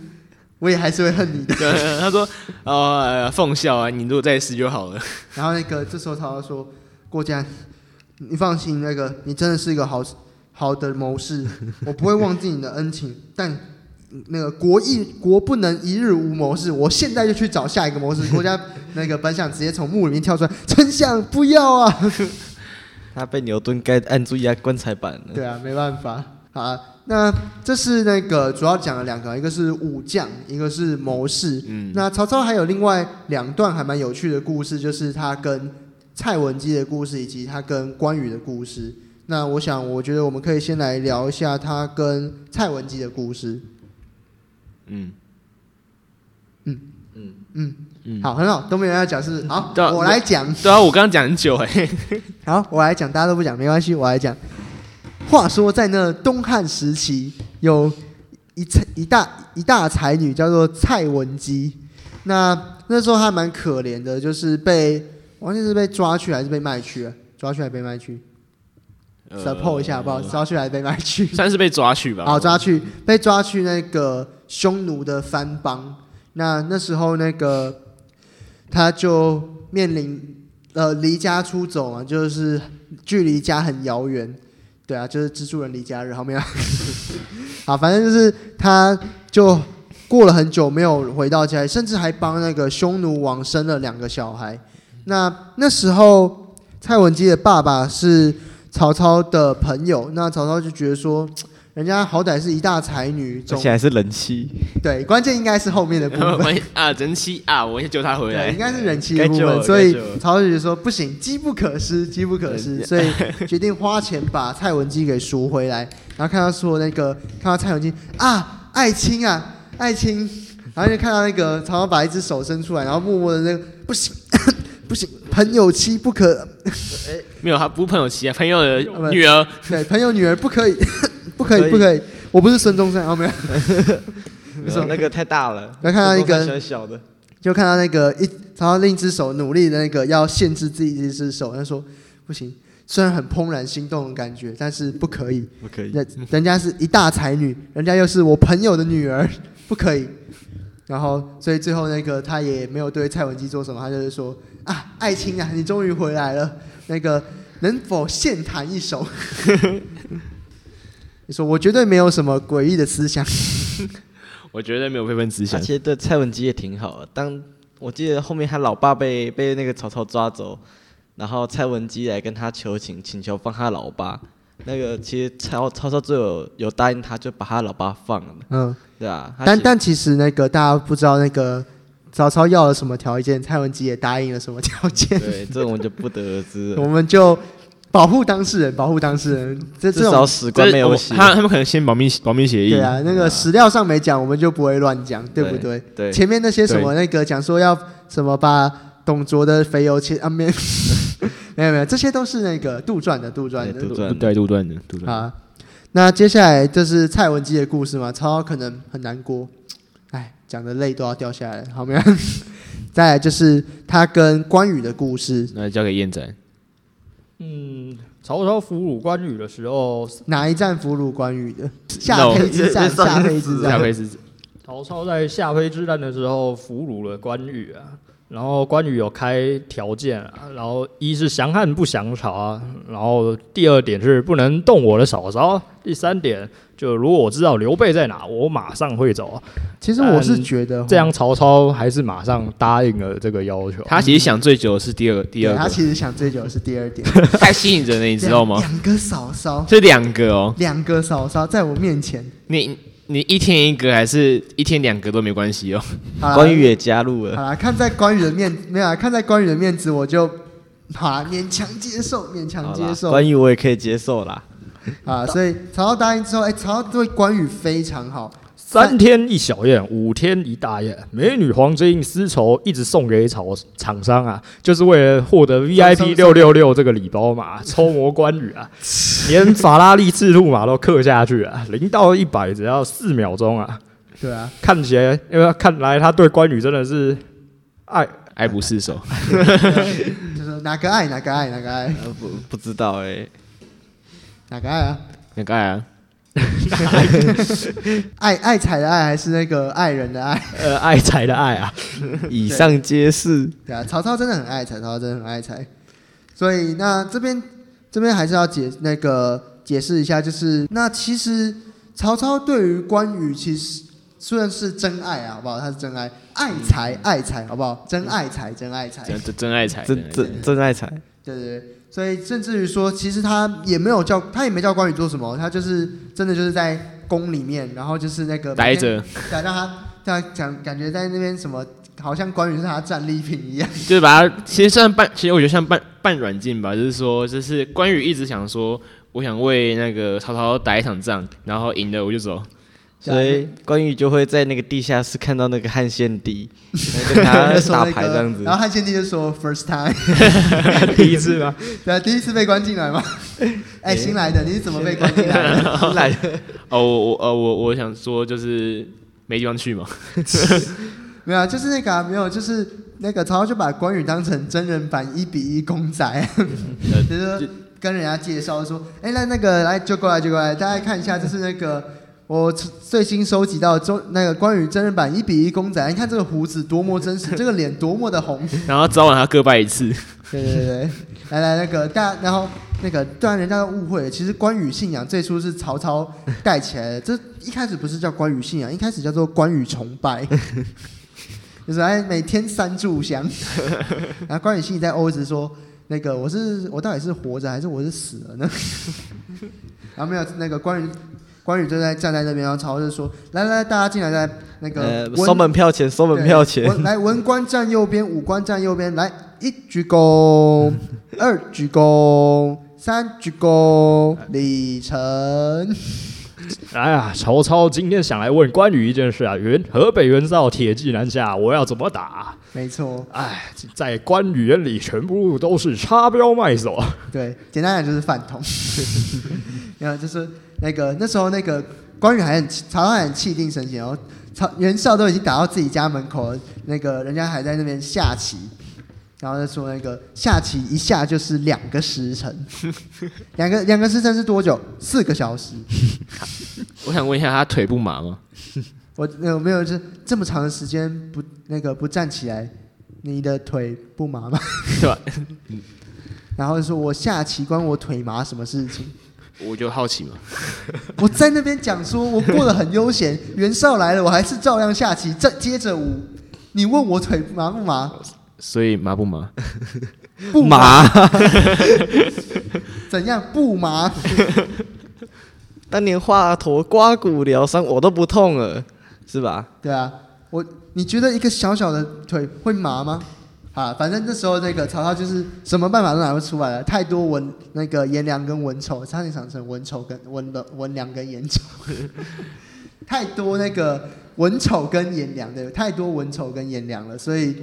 [SPEAKER 1] 我也还是会恨你的。”
[SPEAKER 4] 对， 他说：“呃，奉孝啊，你如果再死就好了。”
[SPEAKER 1] 然后那个这时候曹操说：“郭嘉，你放心，那个你真的是一个好好的谋士，我不会忘记你的恩情。但嗯那个国一国不能一日无谋士，我现在就去找下一个谋士。”郭嘉那个本想直接从墓里面跳出来，丞相不要啊！
[SPEAKER 2] 他被牛顿盖按住压棺材板了。
[SPEAKER 1] 对啊，没办法。好啊，那这是那个主要讲了两个，一个是武将，一个是谋士。
[SPEAKER 4] 嗯
[SPEAKER 1] 那曹操还有另外两段还蛮有趣的故事，就是他跟蔡文姬的故事，以及他跟关羽的故事。那我想，我觉得我们可以先来聊一下他跟蔡文姬的故事。
[SPEAKER 4] 嗯，
[SPEAKER 1] 嗯，
[SPEAKER 4] 嗯
[SPEAKER 1] 好，很好，都没有人要讲是，好，
[SPEAKER 4] 对啊
[SPEAKER 1] 我来讲，
[SPEAKER 4] 对啊，我刚刚讲很久哎、
[SPEAKER 1] 好，我来讲，大家都不讲没关系，我来讲。话说在那东汉时期，有一才一大一大才女叫做蔡文姬，那那时候还蛮可怜的，就是被我忘记是被抓去还是被卖去了，抓去还是被卖去，support 一下，不好意思，抓去还是被卖去。
[SPEAKER 4] 算是被抓去吧。
[SPEAKER 1] 哦，抓去被抓去那个匈奴的藩邦。那那时候那个他就面临呃离家出走啊，就是距离家很遥远。对啊，就是蜘蛛人离家日，后面啊， 好，反正就是他就过了很久没有回到家里，甚至还帮那个匈奴王生了两个小孩。那那时候蔡文姬的爸爸是曹操的朋友，那曹操就觉得说，人家好歹是一大才女，
[SPEAKER 2] 而
[SPEAKER 1] 总
[SPEAKER 2] 且还是人妻，
[SPEAKER 1] 对，关键应该是后面的部
[SPEAKER 4] 我
[SPEAKER 1] 分，
[SPEAKER 4] 们啊，人妻啊，我先救他回来
[SPEAKER 1] 对，应。该是人妻
[SPEAKER 2] 该
[SPEAKER 1] 的部
[SPEAKER 2] 救了
[SPEAKER 1] 分，所以
[SPEAKER 2] 该救了
[SPEAKER 1] 曹操就说不行，机不可失，机不可失，所以 决定花钱把蔡文姬给赎回来。然后看到说那个，看到蔡文姬啊，爱卿啊，爱卿，然后就看到那个曹操把一只手伸出来，然后默默的那个不行。 不行，朋友妻不可，
[SPEAKER 4] 没有，他不是朋友妻啊，朋友
[SPEAKER 1] 不
[SPEAKER 4] 的女儿。
[SPEAKER 1] 对，朋友女儿不可以， 不可以，不可以。我不是孙中山，哦，没有，
[SPEAKER 2] 没错，那个太大了。
[SPEAKER 1] 来看到一个
[SPEAKER 2] 小小的，
[SPEAKER 1] 就看到那个一，然后另一只手努力的那个要限制自己这只手，他说不行，虽然很怦然心动的感觉，但是不可以。
[SPEAKER 2] 不可以。
[SPEAKER 1] 人人家是一大才女，人家又是我朋友的女儿，不可以。然后，所以最后那个他也没有对蔡文姬做什么，他就是说啊，爱卿啊，你终于回来了，那个能否现弹一首？ 你说我绝对没有什么诡异的思想，
[SPEAKER 4] 我觉得没有非分之
[SPEAKER 2] 而
[SPEAKER 4] 想。
[SPEAKER 2] 且对蔡文姬也挺好的。当我记得后面他老爸被被那个曹操抓走，然后蔡文姬来跟他求情，请求放他老爸。那个其实曹曹操最后有有答应他，就把他老爸放了，
[SPEAKER 1] 嗯。
[SPEAKER 2] 对啊。他
[SPEAKER 1] 但
[SPEAKER 2] 写
[SPEAKER 1] 但其实那个大家不知道那个曹操要了什么条件，蔡文姬也答应了什么条
[SPEAKER 2] 嗯
[SPEAKER 1] 件，
[SPEAKER 2] 对这种我就不得而知
[SPEAKER 1] 我
[SPEAKER 2] 了。
[SPEAKER 1] 们就保护当事人，保护当事人，这
[SPEAKER 2] 至
[SPEAKER 1] 这
[SPEAKER 2] 少
[SPEAKER 1] 种
[SPEAKER 2] 史官没有
[SPEAKER 4] 我
[SPEAKER 2] 写，
[SPEAKER 4] 他他们可能先保密保密协议。
[SPEAKER 1] 对啊，那个史料上没讲，我们就不会乱讲，对不对？
[SPEAKER 2] 对，
[SPEAKER 1] 前面那些什么那个讲说要什么把董卓的肥油切啊没 有没有没有，这些都是那个杜撰的杜撰
[SPEAKER 2] 对
[SPEAKER 1] 的
[SPEAKER 2] 杜撰的
[SPEAKER 4] 对，杜撰的，杜撰的。
[SPEAKER 1] 啊。那接下来就是蔡文姬的故事嘛，曹操可能很难过，哎，讲的泪都要掉下来了，好没有？ 再来就是他跟关羽的故事，
[SPEAKER 4] 那交给燕仔。
[SPEAKER 3] 嗯，曹操俘虏关羽的时候，
[SPEAKER 1] 哪一战俘虏关羽的？
[SPEAKER 4] 那
[SPEAKER 1] 下
[SPEAKER 4] 我
[SPEAKER 1] 邳之战，
[SPEAKER 2] 这这
[SPEAKER 1] 下邳之
[SPEAKER 4] 下
[SPEAKER 1] 战，
[SPEAKER 4] 回是
[SPEAKER 3] 曹操在下邳之战的时候俘虏了关羽啊，然后关羽有开条件啊，然后一是降汉不降曹啊，然后第二点是不能动我的嫂嫂，第三点就如果我知道刘备在哪，我马上会走啊。
[SPEAKER 1] 其实我是觉得
[SPEAKER 3] 嗯这样，曹操还是马上答应了这个要求。
[SPEAKER 4] 他其实想最久的是第二个，
[SPEAKER 1] 嗯
[SPEAKER 4] 第
[SPEAKER 1] 对
[SPEAKER 4] 二
[SPEAKER 1] 他
[SPEAKER 4] 个
[SPEAKER 1] 其啊实想追求的是第二点，
[SPEAKER 4] 太吸引人了，你知道吗？
[SPEAKER 1] 两个嫂嫂，
[SPEAKER 4] 这两个哦，
[SPEAKER 1] 两个嫂嫂在我面前，
[SPEAKER 4] 你你一天一个还是一天两个都没关系哦。
[SPEAKER 1] 好啦
[SPEAKER 2] 关羽也加入了
[SPEAKER 1] 好。啦，看在关羽的面没有啦，啊看在关羽的面子，我就好啦，勉强接受，勉强
[SPEAKER 2] 好
[SPEAKER 1] 接
[SPEAKER 2] 啦
[SPEAKER 1] 受。
[SPEAKER 2] 关羽我也可以接受啦。
[SPEAKER 1] 啊，所以曹操答应之后，哎、曹操对关羽非常好，
[SPEAKER 3] 三天一小宴，五天一大宴，美女黄金丝绸一直送给厂厂商啊，就是为了获得 VIP 六六六这个礼包嘛， 抽魔关羽啊， 连法拉利赤兔马都刻下去啊，零到一百只要四秒钟啊，
[SPEAKER 1] 对啊，
[SPEAKER 3] 看起来因为看来他对关羽真的是爱，
[SPEAKER 4] 爱不释手，
[SPEAKER 1] 就说哪个爱哪个爱哪个爱
[SPEAKER 2] 呃，不不知道哎、
[SPEAKER 1] 哪个爱啊，
[SPEAKER 4] 那个爱啊，
[SPEAKER 1] 爱爱财的爱还是那个爱人的爱？
[SPEAKER 3] 呃，爱财的爱啊，
[SPEAKER 2] 以上皆是。
[SPEAKER 1] 对啊，曹操真的很爱财，曹操真的很爱财，所以那这边这边还是要解那个解释一下，就是那其实曹操对于关羽其实虽然是真爱啊，好不好？他是真爱，爱财爱财，好不好？真爱财，真爱财。
[SPEAKER 4] 真真真爱财，
[SPEAKER 2] 真
[SPEAKER 4] 真爱财
[SPEAKER 2] 真真爱财，
[SPEAKER 1] 对对对，所以甚至于说，其实他也没有叫他也没叫关羽做什么，他就是真的就是在宫里面，然后就是那个
[SPEAKER 4] 待，着，
[SPEAKER 1] 对，让他让他讲感觉在那边什么，好像关羽是他的战利品一样。
[SPEAKER 4] 就是把它，其实算半，其实我觉得像半半软禁吧，就是说，就是关羽一直想说，我想为那个曹操打一场仗，然后赢了我就走。
[SPEAKER 2] 所以关羽就会在那个地下室看到那个汉献 帝，然后跟 他
[SPEAKER 1] 说
[SPEAKER 2] 打
[SPEAKER 1] 那
[SPEAKER 2] 牌
[SPEAKER 1] 个
[SPEAKER 2] 这样子
[SPEAKER 1] 然。后汉献帝就说 first time，
[SPEAKER 3] 第一次吗？
[SPEAKER 1] 对啊，第一次被关进来吗？ 哎，新来的，你是怎么被关进来的？
[SPEAKER 2] 后来
[SPEAKER 4] 哦，我我呃我我想说就是没地方去嘛。
[SPEAKER 1] 没有啊，就是那个啊没有，就是那个曹操就把关羽当成真人版一比一公仔，就是说跟人家介绍说，哎、那那个来就过来就过来，大家看一下，这是那个我最新收集到中那个关羽真人版一比一公仔，你看这个胡子多么真实，这个脸多么的红，
[SPEAKER 4] 然后早晚他各拜一次。
[SPEAKER 1] 对对对对，来来那个大，然后那个不然人家都误会了，其实关羽信仰最初是曹操带起来的，这一开始不是叫关羽信仰，一开始叫做关羽崇拜， 就是哎每天三炷香， 然后关羽心里在欧一直说。那个我是我到底是活着还是我是死了呢？ 然后没有那个关羽，关羽就在站在那边，然后曹操就说：“来来，来大家进来，在那个
[SPEAKER 2] 呃
[SPEAKER 1] 温
[SPEAKER 2] 收门票钱，收门票钱
[SPEAKER 1] 对。文来，文官站右边，武官站右边。来，一鞠躬，二鞠躬，三鞠躬，礼成。
[SPEAKER 3] 哎呀，曹操今天想来问关羽一件事啊，袁河北袁绍铁骑南下，我要怎么打？
[SPEAKER 1] 没错，
[SPEAKER 3] 哎，在关羽眼里，全部都是插标卖首。
[SPEAKER 1] 对，简单讲就是饭桶。 然后就是那个那时候那个关羽还很气曹操还很气定神闲哦，曹袁绍都已经打到自己家门口了，那个人家还在那边下棋。然后就说那个下棋一下就是两个时辰，两个两个时辰是多久？四个小时。
[SPEAKER 4] 我想问一下，他腿不麻吗？
[SPEAKER 1] 我呃有没有就是这么长的时间不那个不站起来，你的腿不麻吗？嗯
[SPEAKER 4] 对吧？
[SPEAKER 1] 然后就说我下棋关我腿麻什么事情？
[SPEAKER 4] 我就好奇嘛。
[SPEAKER 1] 我在那边讲说我过得很悠闲，袁绍来了我还是照样下棋，再接着舞。你问我腿麻不麻？
[SPEAKER 4] 所以麻不麻？
[SPEAKER 1] 不麻。怎样不麻？
[SPEAKER 2] 当年华佗刮骨疗伤，我都不痛了，是吧？
[SPEAKER 1] 对啊，我你觉得一个小小的腿会麻吗？啊，反正那时候那个曹操就是什么办法都拿不出来了，太多文那个颜良跟文丑，差点想成文丑跟文的文良跟颜丑， 太多那个文丑跟颜良对，太多文丑跟颜良了，所以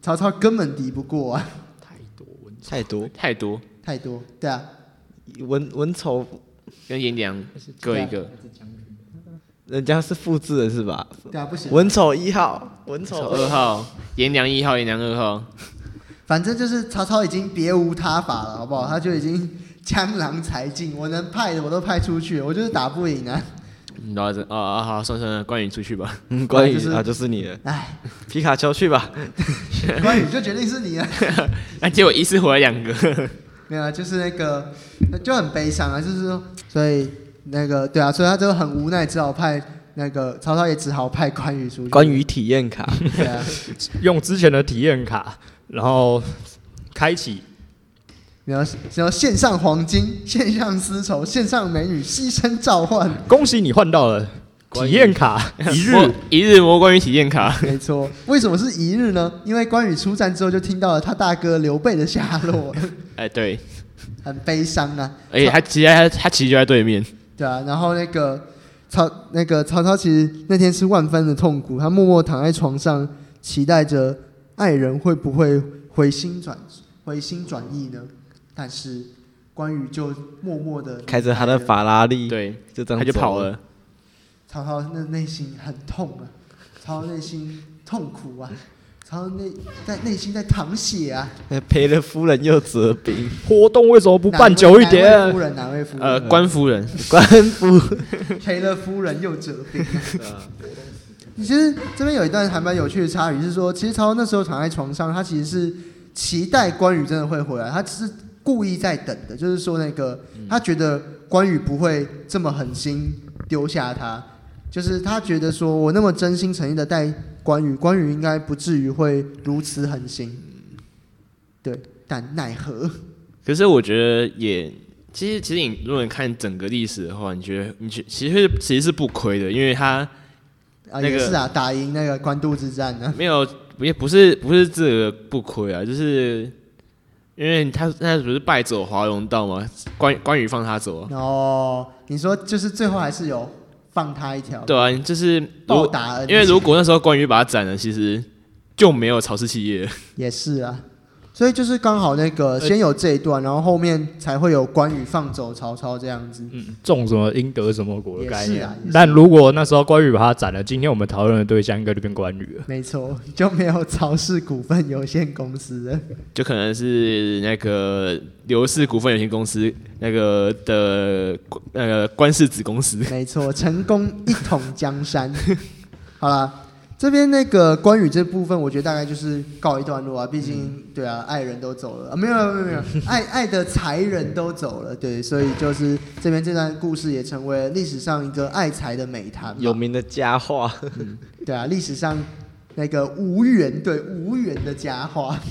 [SPEAKER 1] 曹操根本敌不过啊，
[SPEAKER 2] 太多
[SPEAKER 4] 太多，
[SPEAKER 1] 太多，对啊，
[SPEAKER 2] 文文丑，
[SPEAKER 4] 跟颜良各一个。
[SPEAKER 2] 人家是复制人是吧？
[SPEAKER 1] 对啊，不行，
[SPEAKER 2] 文丑一号，文丑
[SPEAKER 4] 丑
[SPEAKER 2] 二
[SPEAKER 4] 二
[SPEAKER 2] 号，
[SPEAKER 4] 号，颜良一号，颜良二号。
[SPEAKER 1] 反正就是曹操已经别无他法了，好不好？他就已经江郎才尽，我能派的我都派出去了，我就是打不赢啊。
[SPEAKER 4] 你知道这？哦哦，好，算了算了，关羽出去吧。
[SPEAKER 2] 嗯，关
[SPEAKER 1] 就是
[SPEAKER 2] 羽啊，就是你了，
[SPEAKER 1] 唉，
[SPEAKER 2] 皮卡丘去吧。
[SPEAKER 1] 关羽就决定是你了。啊
[SPEAKER 4] 那结果一次活了两个。
[SPEAKER 1] 没有啊，就是那个就很悲伤啊，就是说，所以那个对啊，所以他就很无奈，只好派那个曹操也只好派关羽出去。
[SPEAKER 2] 关羽体验卡，
[SPEAKER 1] 对啊，
[SPEAKER 3] 用之前的体验卡，然后开启
[SPEAKER 1] 然后然后献上黄金，献上丝绸，献上美女，牺牲召唤，
[SPEAKER 3] 恭喜你换到了体验卡，一 日
[SPEAKER 4] 魔一日魔关羽体验卡。
[SPEAKER 1] 没错。为什么是一日呢？因为关羽出战之后就听到了他大哥刘备的下落，
[SPEAKER 4] 哎，对，
[SPEAKER 1] 很悲伤啊。
[SPEAKER 4] 而哎且他其实他他其实就在对面。
[SPEAKER 1] 对啊，然后那个曹那个曹操其实那天是万分的痛苦，他默默躺在床上，期待着爱人会不会回心转回心转意呢？但是关羽就默默的
[SPEAKER 2] 开着他的，法拉利，，
[SPEAKER 4] 对，
[SPEAKER 2] 就这样
[SPEAKER 4] 他就
[SPEAKER 2] 走
[SPEAKER 4] 跑。了。
[SPEAKER 1] 曹操那内心很痛啊，曹操内心痛苦啊，曹操内在内心在淌血啊。
[SPEAKER 2] 赔了夫人又折兵，
[SPEAKER 3] 活动为什么不办
[SPEAKER 1] 哪位
[SPEAKER 3] 久一
[SPEAKER 1] 哪位
[SPEAKER 3] 点
[SPEAKER 1] 夫？人哪位夫人？
[SPEAKER 4] 呃，关夫人，
[SPEAKER 2] 官夫
[SPEAKER 1] 赔了夫人又折兵。
[SPEAKER 4] 啊
[SPEAKER 1] 其实这边有一段还蛮有趣的插语，是说，其实曹操那时候躺在床上，他其实是期待关羽真的会回来，他只是故意在等的，就是说那个
[SPEAKER 4] 嗯
[SPEAKER 1] 他觉得关羽不会这么狠心丢下他，就是他觉得说我那么真心诚意的待关羽，关羽应该不至于会如此狠心。对，但奈何，
[SPEAKER 4] 可是我觉得也，其实其实你如果你看整个历史的话，你觉得你觉其实其实是不亏的，因为他
[SPEAKER 1] 啊，
[SPEAKER 4] 那个
[SPEAKER 1] 也是啊，打赢那个官渡之战呢、
[SPEAKER 4] 没有也不是不是这个不亏啊，就是因为他他不是败走华容道吗？关关羽放他走啊，
[SPEAKER 1] 哦，你说就是最后还是有放他一条，
[SPEAKER 4] 对啊，就是如
[SPEAKER 1] 报
[SPEAKER 4] 果
[SPEAKER 1] 答恩情，
[SPEAKER 4] 因为如果那时候关羽把他斩了，其实就没有曹氏企业了。
[SPEAKER 1] 也是啊，所以就是刚好那个先有这一段，然后后面才会有关羽放走曹操这样子。
[SPEAKER 4] 嗯
[SPEAKER 3] 种什么应得什么果的概
[SPEAKER 1] 也是
[SPEAKER 3] 念。
[SPEAKER 1] 啊也是
[SPEAKER 3] 但如果那时候关羽把他斩了，今天我们讨论的对象应该就变关羽了。
[SPEAKER 1] 没错，就没有曹氏股份有限公司了。
[SPEAKER 4] 就可能是那个刘氏股份有限公司那个的那个关氏子公司，
[SPEAKER 1] 没错，成功一统江山。 好啦，这边那个关羽这部分，我觉得大概就是告一段落啊。毕竟，对啊，爱人都走了，啊、没有没有没有，爱爱的才人都走了，对，所以就是这边这段故事也成为了历史上一个爱才的美谈嘛。
[SPEAKER 2] 有名的佳话，
[SPEAKER 1] 对啊，历史上那个无缘对无缘的佳话。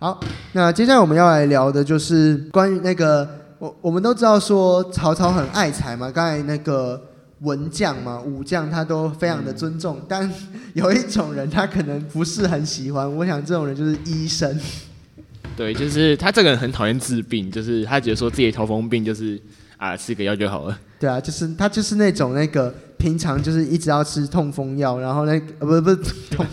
[SPEAKER 1] 好，那接下来我们要来聊的就是关于那个我我们都知道说曹操很爱才嘛，刚才那个文将嘛、武将他都非常的尊重，但 有一种人他可能不是很喜欢，我想这种人就是医生。
[SPEAKER 4] 对，就是他这个人很讨厌治病，就是他觉得说自己头风病就是啊吃个药就好了，
[SPEAKER 1] 对啊，就是他就是那种那个平常就是一直要吃痛风药，然后那个、呃、不不是痛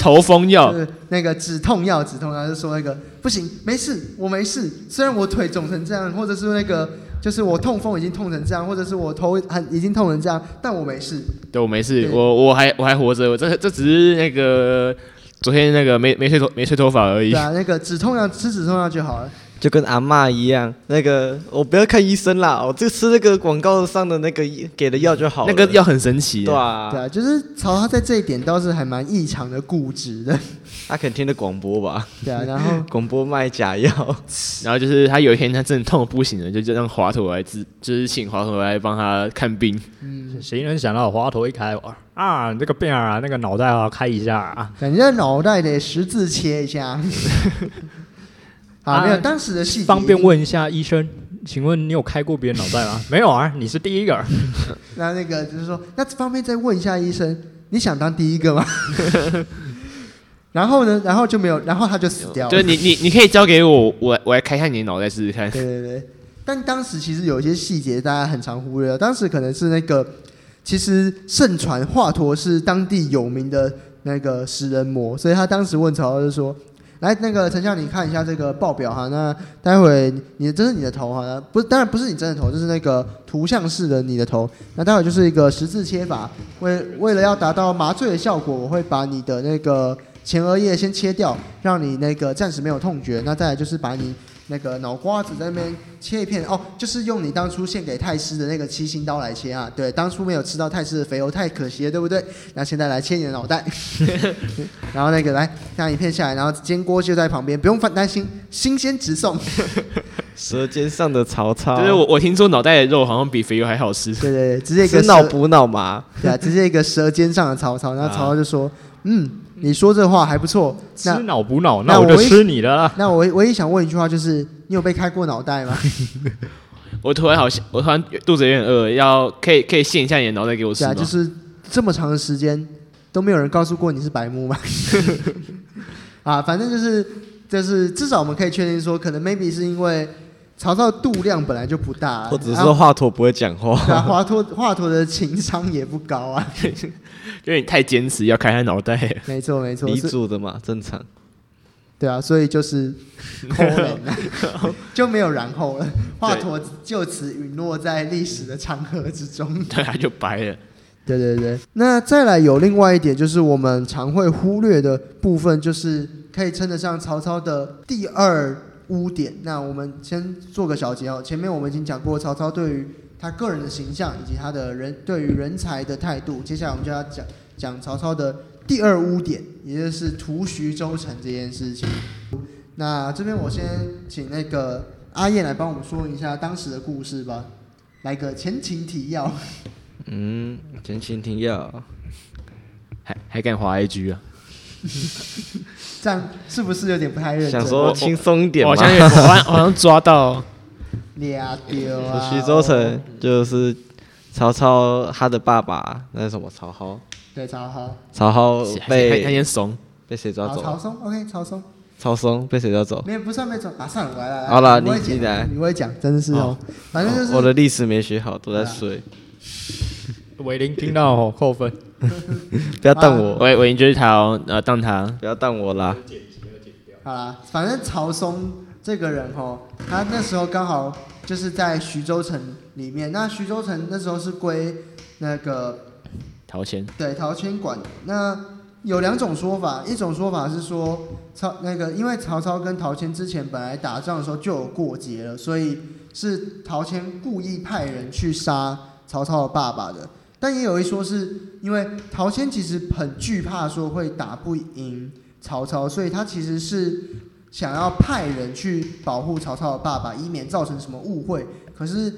[SPEAKER 4] 头风药
[SPEAKER 1] 就。是那个止痛药，止痛药就说那个不行，没事，我没事。虽然我腿肿成这样，或者是那个就是我痛风已经痛成这样，或者是我头很已经痛成这样，但我没事。
[SPEAKER 4] 对我没事，
[SPEAKER 1] 对
[SPEAKER 4] 我我还我还活着，我这这只是那个昨天那个没没吹头没吹头发而已
[SPEAKER 1] 对。啊，那个止痛药吃止痛药就好了。
[SPEAKER 2] 就跟阿嬷一样，那个我不要看医生啦，哦我就吃那个广告上的那个给的药就好了
[SPEAKER 4] 那个药很神奇，
[SPEAKER 2] 对啊
[SPEAKER 1] 对，啊，就是曹操在这一点倒是还蛮异常的固执的。
[SPEAKER 2] 他肯定听的广播吧，
[SPEAKER 1] 对啊，然后
[SPEAKER 2] 广播卖假药，
[SPEAKER 4] 然后就是他有一天他真的痛得不行了，就就让华佗来治，就是请华佗来帮他看病。
[SPEAKER 1] 嗯
[SPEAKER 3] 谁能想到华佗一开哇啊，你这个病啊，那个脑袋啊开一下 啊，
[SPEAKER 1] 感觉脑袋得十字切一下。 啊，
[SPEAKER 3] 啊
[SPEAKER 1] 没有当时的细节
[SPEAKER 3] 方便。问一下医生，请问你有开过别人脑袋 吗？没有啊，你是第一个。
[SPEAKER 1] 那那个就是说，那方便再问一下医生，你想当第一个 吗？然后呢，然后就没有，然后他就死掉了。
[SPEAKER 4] 就是你你你可以交给我，我来我来开一下你的脑袋试试看。
[SPEAKER 1] 对对对，但当时其实有一些细节大家很常忽略，当时可能是那个，其实盛传华佗是当地有名的那个食人魔，所以他当时问曹操就说。来，那个丞相，你看一下这个报表哈。那待会你这是你的头哈，那不，当然不是你真的头，这是那个图像式的你的头。那待会就是一个十字切法，为为了要达到麻醉的效果，我会把你的那个前额叶先切掉，让你那个暂时没有痛觉。那再来就是把你那个脑瓜子在那边切一片哦，就是用你当初献给太师的那个七星刀来切啊。对，当初没有吃到太师的肥油，太可惜了，对不对？那现在来切你的脑袋， 然后那个来这样一片下来，然后煎锅就在旁边，不用担心，新鲜直送。
[SPEAKER 2] 舌尖上的曹操，
[SPEAKER 4] 就是我我听说脑袋的肉好像比肥油还好吃，
[SPEAKER 1] 对对对，直接一个
[SPEAKER 2] 吃脑
[SPEAKER 1] 舌
[SPEAKER 2] 补脑麻，
[SPEAKER 1] 对啊，直接一个舌尖上的曹操。然后
[SPEAKER 2] 啊
[SPEAKER 1] 曹操就说：“嗯，你说这话还不错。
[SPEAKER 3] 吃
[SPEAKER 1] 那
[SPEAKER 3] 脑补脑，
[SPEAKER 1] 那
[SPEAKER 3] 那我就
[SPEAKER 1] 我一
[SPEAKER 3] 吃你的啦。
[SPEAKER 1] 那我唯一想问一句话，就是你有被开过脑袋吗？
[SPEAKER 4] 我突然好像我突然肚子有点饿，要可以可以献一下你的脑袋给我吃
[SPEAKER 1] 对
[SPEAKER 4] 吗？
[SPEAKER 1] 啊，就是这么长的时间都没有人告诉过你是白目吗？ 啊，反正就是就是至少我们可以确定说，可能 maybe 是因为曹操度量本来就不大，啊
[SPEAKER 2] 或者是
[SPEAKER 1] 然
[SPEAKER 2] 说
[SPEAKER 1] 后
[SPEAKER 2] 华佗不会讲话，
[SPEAKER 1] 对啊，华佗华佗的情商也不高 啊，
[SPEAKER 4] 有点太坚持要开他脑袋。
[SPEAKER 1] 没错没错，
[SPEAKER 2] 黎
[SPEAKER 1] 所以
[SPEAKER 2] 族的嘛，正常。
[SPEAKER 1] 对啊，所以 就是后人啊就没有然后了，华佗就此陨落在历史的长河之中。
[SPEAKER 4] 对啊，就白了。
[SPEAKER 1] 对对对，那再来有另外一点，就是我们常会忽略的部分，就是可以称得上曹操的第二污点。那我们先做个小结哦，前面我们已经讲过曹操对于他个人的形象以及他的人对于人才的态度，接下来我们就要讲讲曹操的第二污点，也就是图徐州城这件事情。那这边我先请那个阿燕来帮我们说一下当时的故事吧，来个前情提要。
[SPEAKER 2] 嗯，前情提要，
[SPEAKER 4] 还还敢滑 IG 啊？
[SPEAKER 1] 这样是不是有点不
[SPEAKER 4] 哎
[SPEAKER 1] 太认真？
[SPEAKER 2] 想说轻松一点
[SPEAKER 4] 我
[SPEAKER 2] 嘛
[SPEAKER 4] 好。像有我好像我好像抓 到，
[SPEAKER 1] 俩丢
[SPEAKER 2] 我
[SPEAKER 1] 啊！
[SPEAKER 2] 徐州城就是曹操他的爸爸，那是什么曹操？
[SPEAKER 1] 对，曹操，
[SPEAKER 2] 曹操
[SPEAKER 4] 他有
[SPEAKER 2] 被
[SPEAKER 4] 点怂，
[SPEAKER 2] 被谁抓
[SPEAKER 1] 好，
[SPEAKER 2] 走
[SPEAKER 1] 曹
[SPEAKER 2] 了？
[SPEAKER 1] 松，OK，曹松，
[SPEAKER 2] 曹嵩被谁抓走？
[SPEAKER 1] 没有不算没走，啊，算了，我来来，来
[SPEAKER 2] 好啦
[SPEAKER 1] 我会
[SPEAKER 2] 你
[SPEAKER 1] 讲
[SPEAKER 2] 你来
[SPEAKER 1] 你会讲，真是哦，反正就是
[SPEAKER 2] 我的历史没学好，都在睡，
[SPEAKER 3] 伟林听到哦，扣分。
[SPEAKER 1] 哎
[SPEAKER 2] 不要当我，
[SPEAKER 4] 我我赢就是他哦，呃，当他
[SPEAKER 2] 不要当我啦。
[SPEAKER 1] 好啦，反正曹松这个人哦，他那时候刚好就是在徐州城里面。那徐州城那时候是归那个
[SPEAKER 4] 陶谦，
[SPEAKER 1] 对陶谦管。那有两种说法，一种说法是说曹那个，因为曹操跟陶谦之前本来打仗的时候就有过节了，所以是陶谦故意派人去杀曹操的爸爸的。但也有一说是因为陶谦其实很惧怕说会打不赢曹操，所以他其实是想要派人去保护曹操的爸爸，以免造成什么误会。可是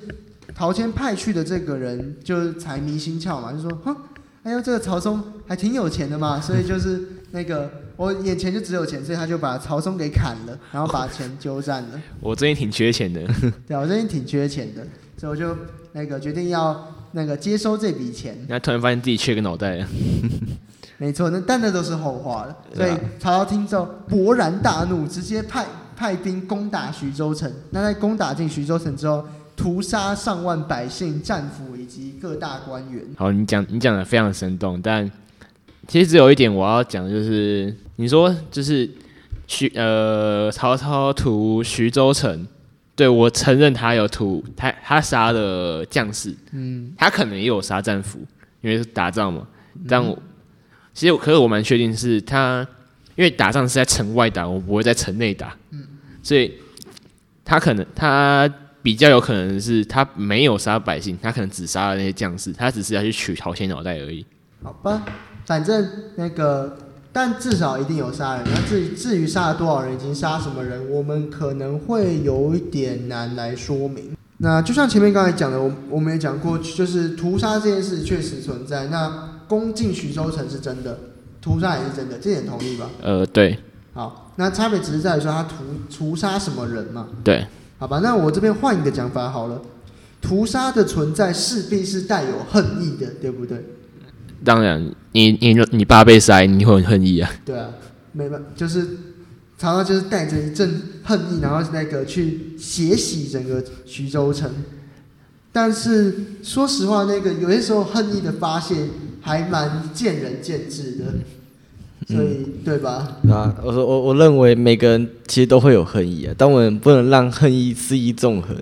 [SPEAKER 1] 陶谦派去的这个人就是财迷心窍嘛，就说哼，哎呦，这个曹嵩还挺有钱的 嘛，所以就是那个我眼前就只有钱，所以他就把曹嵩给砍了，然后把钱鸠占 了。
[SPEAKER 4] 我最近挺缺钱的，
[SPEAKER 1] 对啊，我最近挺缺钱的，所以我就那个决定要那个接收这笔钱。
[SPEAKER 4] 然后突然发现自己缺个脑袋了，
[SPEAKER 1] 没错，那但那都是后话了。所
[SPEAKER 4] 对
[SPEAKER 1] 以
[SPEAKER 4] 啊
[SPEAKER 1] 曹操听之后勃然大怒，直接派派兵攻打徐州城。那在攻打进徐州城之后，屠杀上万百姓、战俘以及各大官员。
[SPEAKER 4] 好，你讲你讲的非常生动，但其实只有一点我要讲，就是你说就是徐呃曹操屠徐州城，对我承认他有屠他他杀了将士，
[SPEAKER 1] 嗯，
[SPEAKER 4] 他可能也有杀战俘，因为是打仗嘛。但我、其实我可是我蛮确定是他，因为打仗是在城外打，我不会在城内打，所以他可能他比较有可能是他没有杀百姓，他可能只杀了那些将士，他只是要去取朝鲜脑袋而已。
[SPEAKER 1] 好吧，反正那个，但至少一定有杀人。那至于至于杀了多少人，以及杀什么人，我们可能会有一点难来说明。那就像前面刚才讲的，我我们也讲过，就是屠杀这件事确实存在。那攻进徐州城是真的，屠杀也是真的，这点同意吧？
[SPEAKER 4] 呃，对
[SPEAKER 1] 好，那差别只是在于说他屠屠杀什么人嘛？
[SPEAKER 4] 对，
[SPEAKER 1] 好吧，那我这边换一个讲法好了，屠杀的存在势必是带有恨意的，对不对？
[SPEAKER 4] 当然你你你爸被杀，你会很恨意啊。
[SPEAKER 1] 对啊，没办，就是常常就是带着一阵恨意，然后那个去血洗整个徐州城。但是说实话，那个有些时候恨意的发泄还蛮见仁见智的，所以、对吧？
[SPEAKER 2] 啊，我说我我认为每个人其实都会有恨意啊，但我们不能让恨意肆意纵横。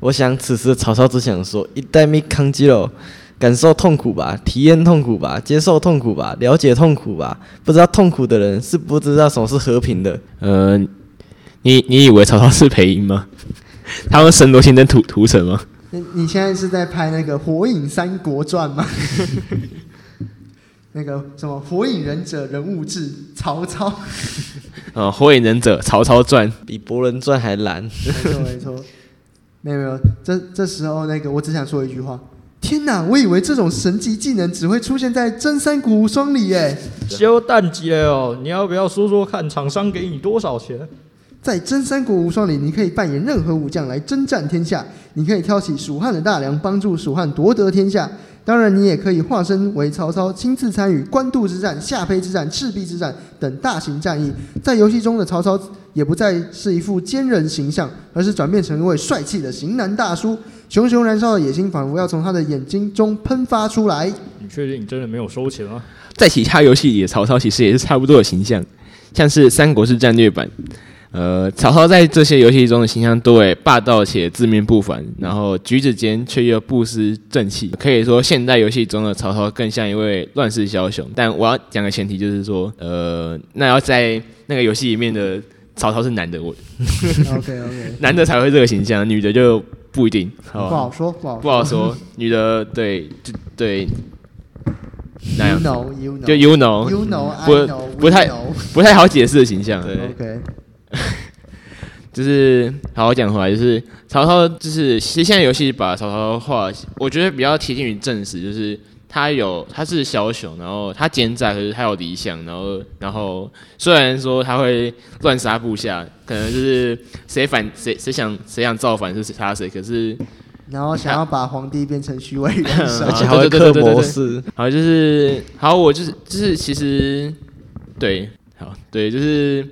[SPEAKER 2] 我想此时曹操只想说：一代米康基喽，感受痛苦吧，体验痛苦吧，接受痛苦吧，了解痛苦吧。不知道痛苦的人是不知道什么是和平的。
[SPEAKER 4] 呃，你你以为曹操是裴英吗？ 他用神罗行灯屠屠城吗？
[SPEAKER 1] 那你现在是在拍那个《火影三国传》吗？那个什么《火影忍者》人物志，曹操，
[SPEAKER 4] 呃，火影忍者曹操传
[SPEAKER 2] 比《博人传》还难。
[SPEAKER 4] 啊
[SPEAKER 1] 没错没错，没有没有，这这时候那个我只想说一句话：天哪，我以为这种神级技能只会出现在《真三国无双》里耶，
[SPEAKER 3] 修淡季了哦，你要不要说说看，厂商给你多少钱？
[SPEAKER 1] 在《真三国无双》里，你可以扮演任何武将来征战天下，你可以挑起蜀汉的大梁，帮助蜀汉夺得天下。当然，你也可以化身为曹操，亲自参与官渡之战、下邳之战、赤壁之战等大型战役。在游戏中的曹操也不再是一副坚韧形象，而是转变成一位帅气的型男大叔，熊熊燃烧的野心仿佛要从他的眼睛中喷发出来。
[SPEAKER 3] 你确定你真的没有收钱吗？
[SPEAKER 4] 在其他游戏里的曹操其实也是差不多的形象，像是《三国志战略版》。呃，曹操在这些游戏中的形象多为霸道且自命不凡，然后举止间却又不失正气。可以说，现代游戏中的曹操更像一位乱世枭雄。但我要讲个前提，就是说，呃，那要在那个游戏里面的曹操是男的，我
[SPEAKER 1] OK OK，
[SPEAKER 4] 男的才会这个形象，女的就不一定，好
[SPEAKER 1] 不
[SPEAKER 4] 吧？
[SPEAKER 1] 好说，不好
[SPEAKER 4] 不好说，女的对就对那
[SPEAKER 1] ，You
[SPEAKER 4] 样
[SPEAKER 1] know, you know,
[SPEAKER 4] 就 you know
[SPEAKER 1] you know, I
[SPEAKER 4] 不
[SPEAKER 1] know, we
[SPEAKER 4] 不太
[SPEAKER 1] know.
[SPEAKER 4] 不太好解释的形象。对，
[SPEAKER 1] OK，
[SPEAKER 4] 就是好好讲回来，就是曹操，就是其实现在游戏把曹操画，我觉得比较贴近于正史，就是他有他是枭雄，然后他奸诈，可是他有理想，然后然后虽然说他会乱杀部下，可能就是谁反谁谁想谁想造反是杀谁，可是
[SPEAKER 1] 然后想要把皇帝变成虚伪元首
[SPEAKER 4] 啊
[SPEAKER 2] 而且还会
[SPEAKER 4] 对对对
[SPEAKER 2] 克
[SPEAKER 4] 对对
[SPEAKER 2] 模式，
[SPEAKER 4] 好，就是好，我就是就是其实对，好对，就是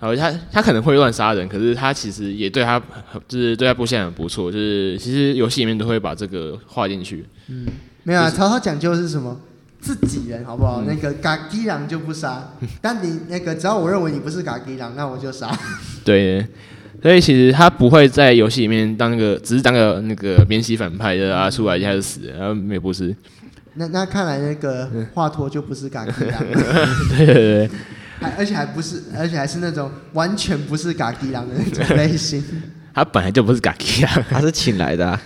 [SPEAKER 4] 好，他他可能会乱杀人，可是他其实也对他就是对他部下很不错，就是其实游戏里面都会把这个画进去。
[SPEAKER 1] 没有啊，
[SPEAKER 4] 就是嗯
[SPEAKER 1] 曹操讲究的是什么？自己人好不好？那个嘎基郎就不 杀，但你那个只要我认为你不是嘎基郎，那我就杀。
[SPEAKER 4] 对，所以其实他不会在游戏里面当个只是当个那个免洗反派的啊，出来一下就死了，然后没有不是，
[SPEAKER 1] 那那看来那个华佗就不是嘎基郎，
[SPEAKER 4] 嗯 对对对，
[SPEAKER 1] 还而且还不是，而且还是那种完全不是嘎基郎的那种类型。
[SPEAKER 4] 他本来就不是 Gaki 啊。
[SPEAKER 2] 他是请来的、 啊。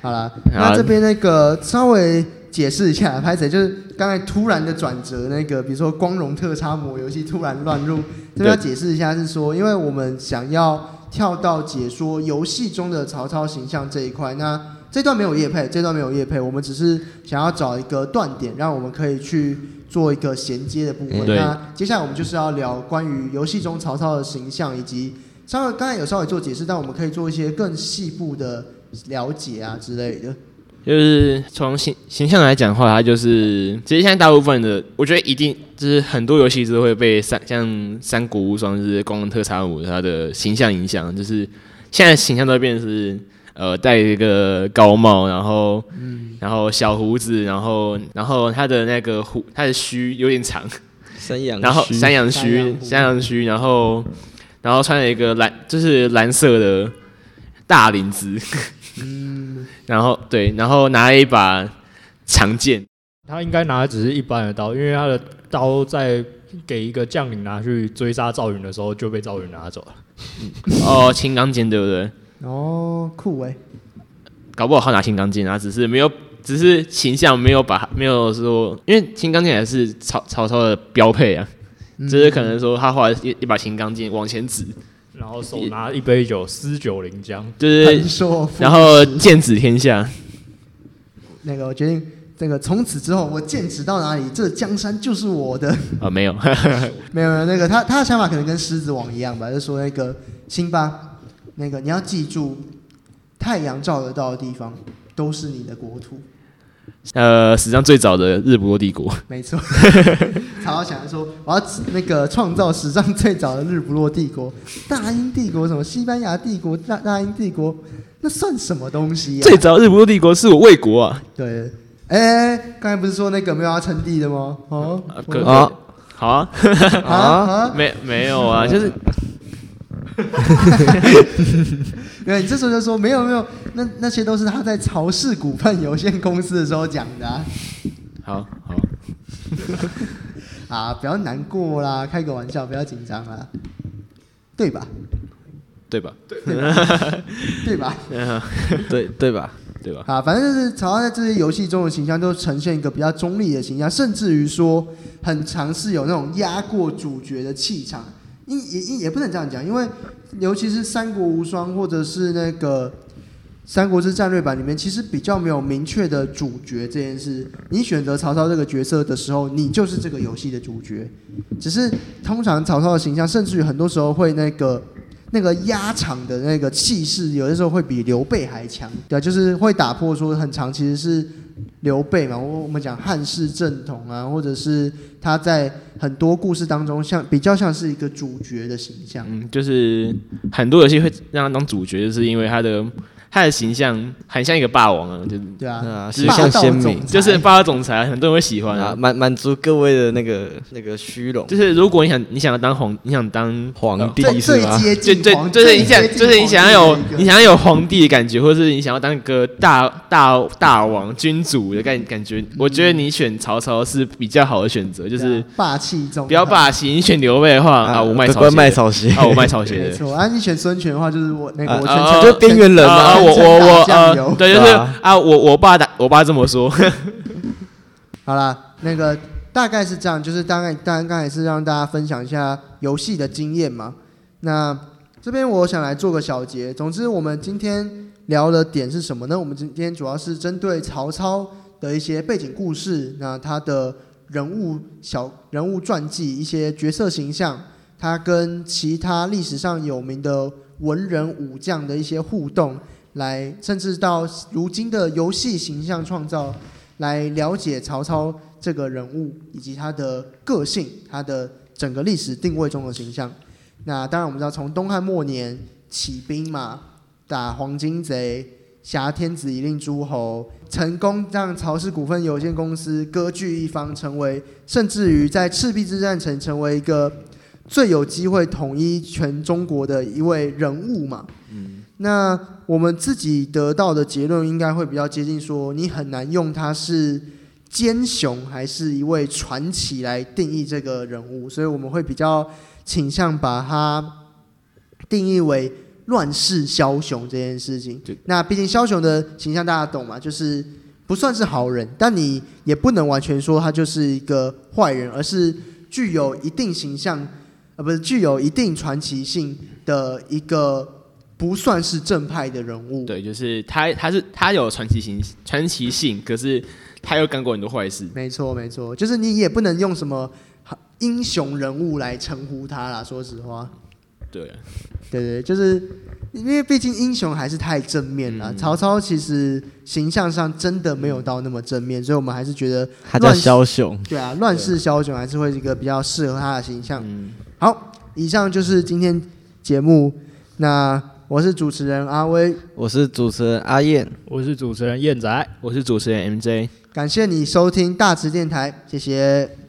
[SPEAKER 1] 好啦，
[SPEAKER 4] 好
[SPEAKER 1] 那这边那个稍微解释一下， 拍谁就是刚才突然的转折，那个比如说光荣特差模游戏突然乱入，这边要解释一下是说，因为我们想要跳到解说游戏中的曹操形象这一块，那这段没有叶配，这段没有叶配，我们只是想要找一个断点，让我们可以去做一个衔接的部分。
[SPEAKER 4] 嗯对
[SPEAKER 1] 那接下来我们就是要聊关于游戏中曹操的形象以及。稍微刚才有稍微做解释，但我们可以做一些更细部的了解啊之类的。
[SPEAKER 4] 就是从形形象来讲的话，它就是其实现在大部分的，我觉得一定就是很多游戏都会被三像《三国无双》就是《光荣特查五》它的形象影响，就是现在形象都变成是呃戴一个高帽，然后、然后小胡子，然后然后他的那个胡他的须有点长，
[SPEAKER 2] 山羊
[SPEAKER 4] 然后
[SPEAKER 2] 须
[SPEAKER 4] 山羊
[SPEAKER 1] 山羊
[SPEAKER 4] 须
[SPEAKER 1] 胡
[SPEAKER 4] 山羊须，然后然后穿了一个蓝就是蓝色的大领子。
[SPEAKER 1] 嗯，
[SPEAKER 4] 然后对，然后拿了一把长剑，
[SPEAKER 3] 他应该拿的只是一般的刀，因为他的刀在给一个将领拿去追杀赵云的时候就被赵云拿走了。
[SPEAKER 4] 哦，青钢剑对不对？
[SPEAKER 1] 哦，酷哎、
[SPEAKER 4] 搞不好他拿青钢剑啊，只是没有，只是形象没有把它没有说，因为青钢剑还是曹曹操的标配啊，
[SPEAKER 1] 嗯
[SPEAKER 4] 只是可能说他画一一把青钢剑往前指，
[SPEAKER 3] 然后手拿一杯酒，诗酒临江。
[SPEAKER 4] 就 是
[SPEAKER 1] 很说，
[SPEAKER 4] 然后剑指天下，
[SPEAKER 1] 那个我决定，这个从此之后我剑指到哪里，这江山就是我的。
[SPEAKER 4] 啊、没有，
[SPEAKER 1] 没有没有，那个他他的想法可能跟狮子王一样吧，就说那个辛巴，那个你要记住，太阳照得到的地方都是你的国土。
[SPEAKER 4] 呃，史上最早的日不落帝国，
[SPEAKER 1] 没错， 曹操想着说，我要那个创造史上最早的日不落帝国、大英帝国、什么西班牙帝国、大大英帝国，那算什么东西呀、
[SPEAKER 4] 最早日不落帝国是我魏国啊，
[SPEAKER 1] 对，哎、刚才不是说那个没有要称帝的吗？哦，
[SPEAKER 4] 啊
[SPEAKER 1] 我
[SPEAKER 4] 可
[SPEAKER 2] 啊，
[SPEAKER 4] 好啊，
[SPEAKER 1] 啊啊！
[SPEAKER 4] 没没有 啊，就是
[SPEAKER 1] 对，你这时候就说没有没有，那那些都是他在曹氏股份有限公司的时候讲的啊，
[SPEAKER 4] 好好，
[SPEAKER 1] 啊，不要难过啦，开个玩笑，不要紧张啦，对吧？
[SPEAKER 4] 对吧？
[SPEAKER 1] 对吧？
[SPEAKER 2] 对对吧？
[SPEAKER 4] 对吧？
[SPEAKER 1] 啊，反正就是曹操在这些游戏中的形象都呈现一个比较中立的形象，甚至于说很尝试有那种压过主角的气场。也也也也不能这样讲，因为尤其是《三国无双》或者是那个《三国志战略版》里面，其实比较没有明确的主角这件事。你选择曹操这个角色的时候，你就是这个游戏的主角。只是通常曹操的形象，甚至于很多时候会那个那个压场的那个气势，有的时候会比刘备还强，对啊、就是会打破说很长其实是刘备嘛，我我们讲汉室正统啊，或者是他在很多故事当中像比较像是一个主角的形象，
[SPEAKER 4] 嗯，就是很多游戏会让他当主角，就是因为他的他的形象很像一个霸王啊，就是
[SPEAKER 1] 对
[SPEAKER 2] 对
[SPEAKER 1] 啊，
[SPEAKER 2] 啊，
[SPEAKER 4] 就是
[SPEAKER 2] 形象
[SPEAKER 1] 霸道
[SPEAKER 2] 鲜
[SPEAKER 1] 总
[SPEAKER 2] 明
[SPEAKER 1] 裁
[SPEAKER 4] 就是霸道总裁，很多人会喜欢
[SPEAKER 2] 啊，
[SPEAKER 4] 啊。
[SPEAKER 2] 满满足各位的那个那个虚荣
[SPEAKER 4] 就是如果你想你想要当皇，你想当
[SPEAKER 2] 皇
[SPEAKER 4] 呃
[SPEAKER 2] 帝
[SPEAKER 1] 最
[SPEAKER 2] 是
[SPEAKER 1] 最
[SPEAKER 2] 吗？
[SPEAKER 1] 接
[SPEAKER 4] 就
[SPEAKER 1] 近
[SPEAKER 4] 对，
[SPEAKER 1] 皇，
[SPEAKER 4] 就是你想
[SPEAKER 1] 最接近
[SPEAKER 4] 就是你想要有
[SPEAKER 1] 皇帝的
[SPEAKER 4] 你
[SPEAKER 1] 一个
[SPEAKER 4] 想要有皇帝的感觉，或是你想要当个大大大王君主的感感觉，我觉得你选曹操是比较好的选择，
[SPEAKER 1] 对
[SPEAKER 4] 就是
[SPEAKER 1] 啊霸气中，
[SPEAKER 4] 不要霸气。你选刘备的话啊，我卖
[SPEAKER 2] 乖
[SPEAKER 4] 曹
[SPEAKER 2] 乖
[SPEAKER 4] 鞋
[SPEAKER 2] 卖
[SPEAKER 4] 的
[SPEAKER 2] 草鞋，
[SPEAKER 4] 啊，我卖曹鞋
[SPEAKER 1] 没
[SPEAKER 4] 的。
[SPEAKER 1] 错啊，你选孙权的话就是我那个
[SPEAKER 2] 啊
[SPEAKER 1] 我
[SPEAKER 4] 啊
[SPEAKER 1] 全
[SPEAKER 4] 啊
[SPEAKER 1] 权
[SPEAKER 2] 就边缘人
[SPEAKER 4] 啊，
[SPEAKER 2] 啊，
[SPEAKER 4] 我 我我
[SPEAKER 1] 全程打酱油
[SPEAKER 4] 呃，对，就是
[SPEAKER 2] 对啊
[SPEAKER 4] 啊，我我爸打我爸这么说，
[SPEAKER 1] 好啦，那个大概是这样，就是大概当然刚才是让大家分享一下游戏的经验嘛。那这边我想来做个小结。总之，我们今天聊的点是什么呢？我们今天主要是针对曹操的一些背景故事，那他的人物小人物传记、一些角色形象，他跟其他历史上有名的文人武将的一些互动，来，甚至到如今的游戏形象创造，来了解曹操这个人物以及他的个性，他的整个历史定位中的形象。那当然，我们知道从东汉末年起兵嘛，打黄巾贼，挟天子以令诸侯，成功让曹氏股份有限公司割据一方，成为甚至于在赤壁之战成成为一个最有机会统一全中国的一位人物嘛。那我们自己得到的结论应该会比较接近说，你很难用他是奸雄还是一位传奇来定义这个人物，所以我们会比较倾向把它定义为乱世枭雄这件事情
[SPEAKER 4] 对。
[SPEAKER 1] 那毕竟枭雄的形象大家懂嘛，就是不算是好人，但你也不能完全说他就是一个坏人，而是具有一定形象，呃，不是具有一定传奇性的一个不算是正派的人物。
[SPEAKER 4] 对，就是他，他是他有传奇性，传奇性，可是他又干过很多坏事。
[SPEAKER 1] 没错，没错，就是你也不能用什么英雄人物来称呼他啦。说实话，
[SPEAKER 4] 对，
[SPEAKER 1] 对对，就是因为毕竟英雄还是太正面了。
[SPEAKER 4] 嗯
[SPEAKER 1] 曹操其实形象上真的没有到那么正面，所以我们还是觉得，
[SPEAKER 2] 他叫枭雄。
[SPEAKER 1] 对啊，乱世枭雄还是会一个比较适合他的形象。
[SPEAKER 4] 嗯，
[SPEAKER 1] 好，以上就是今天节目。那我是主持人阿威，
[SPEAKER 2] 我是主持人阿燕，
[SPEAKER 3] 我是主持人燕仔。
[SPEAKER 4] 我是主持人 MJ。
[SPEAKER 1] 感谢你收听大直电台，谢谢。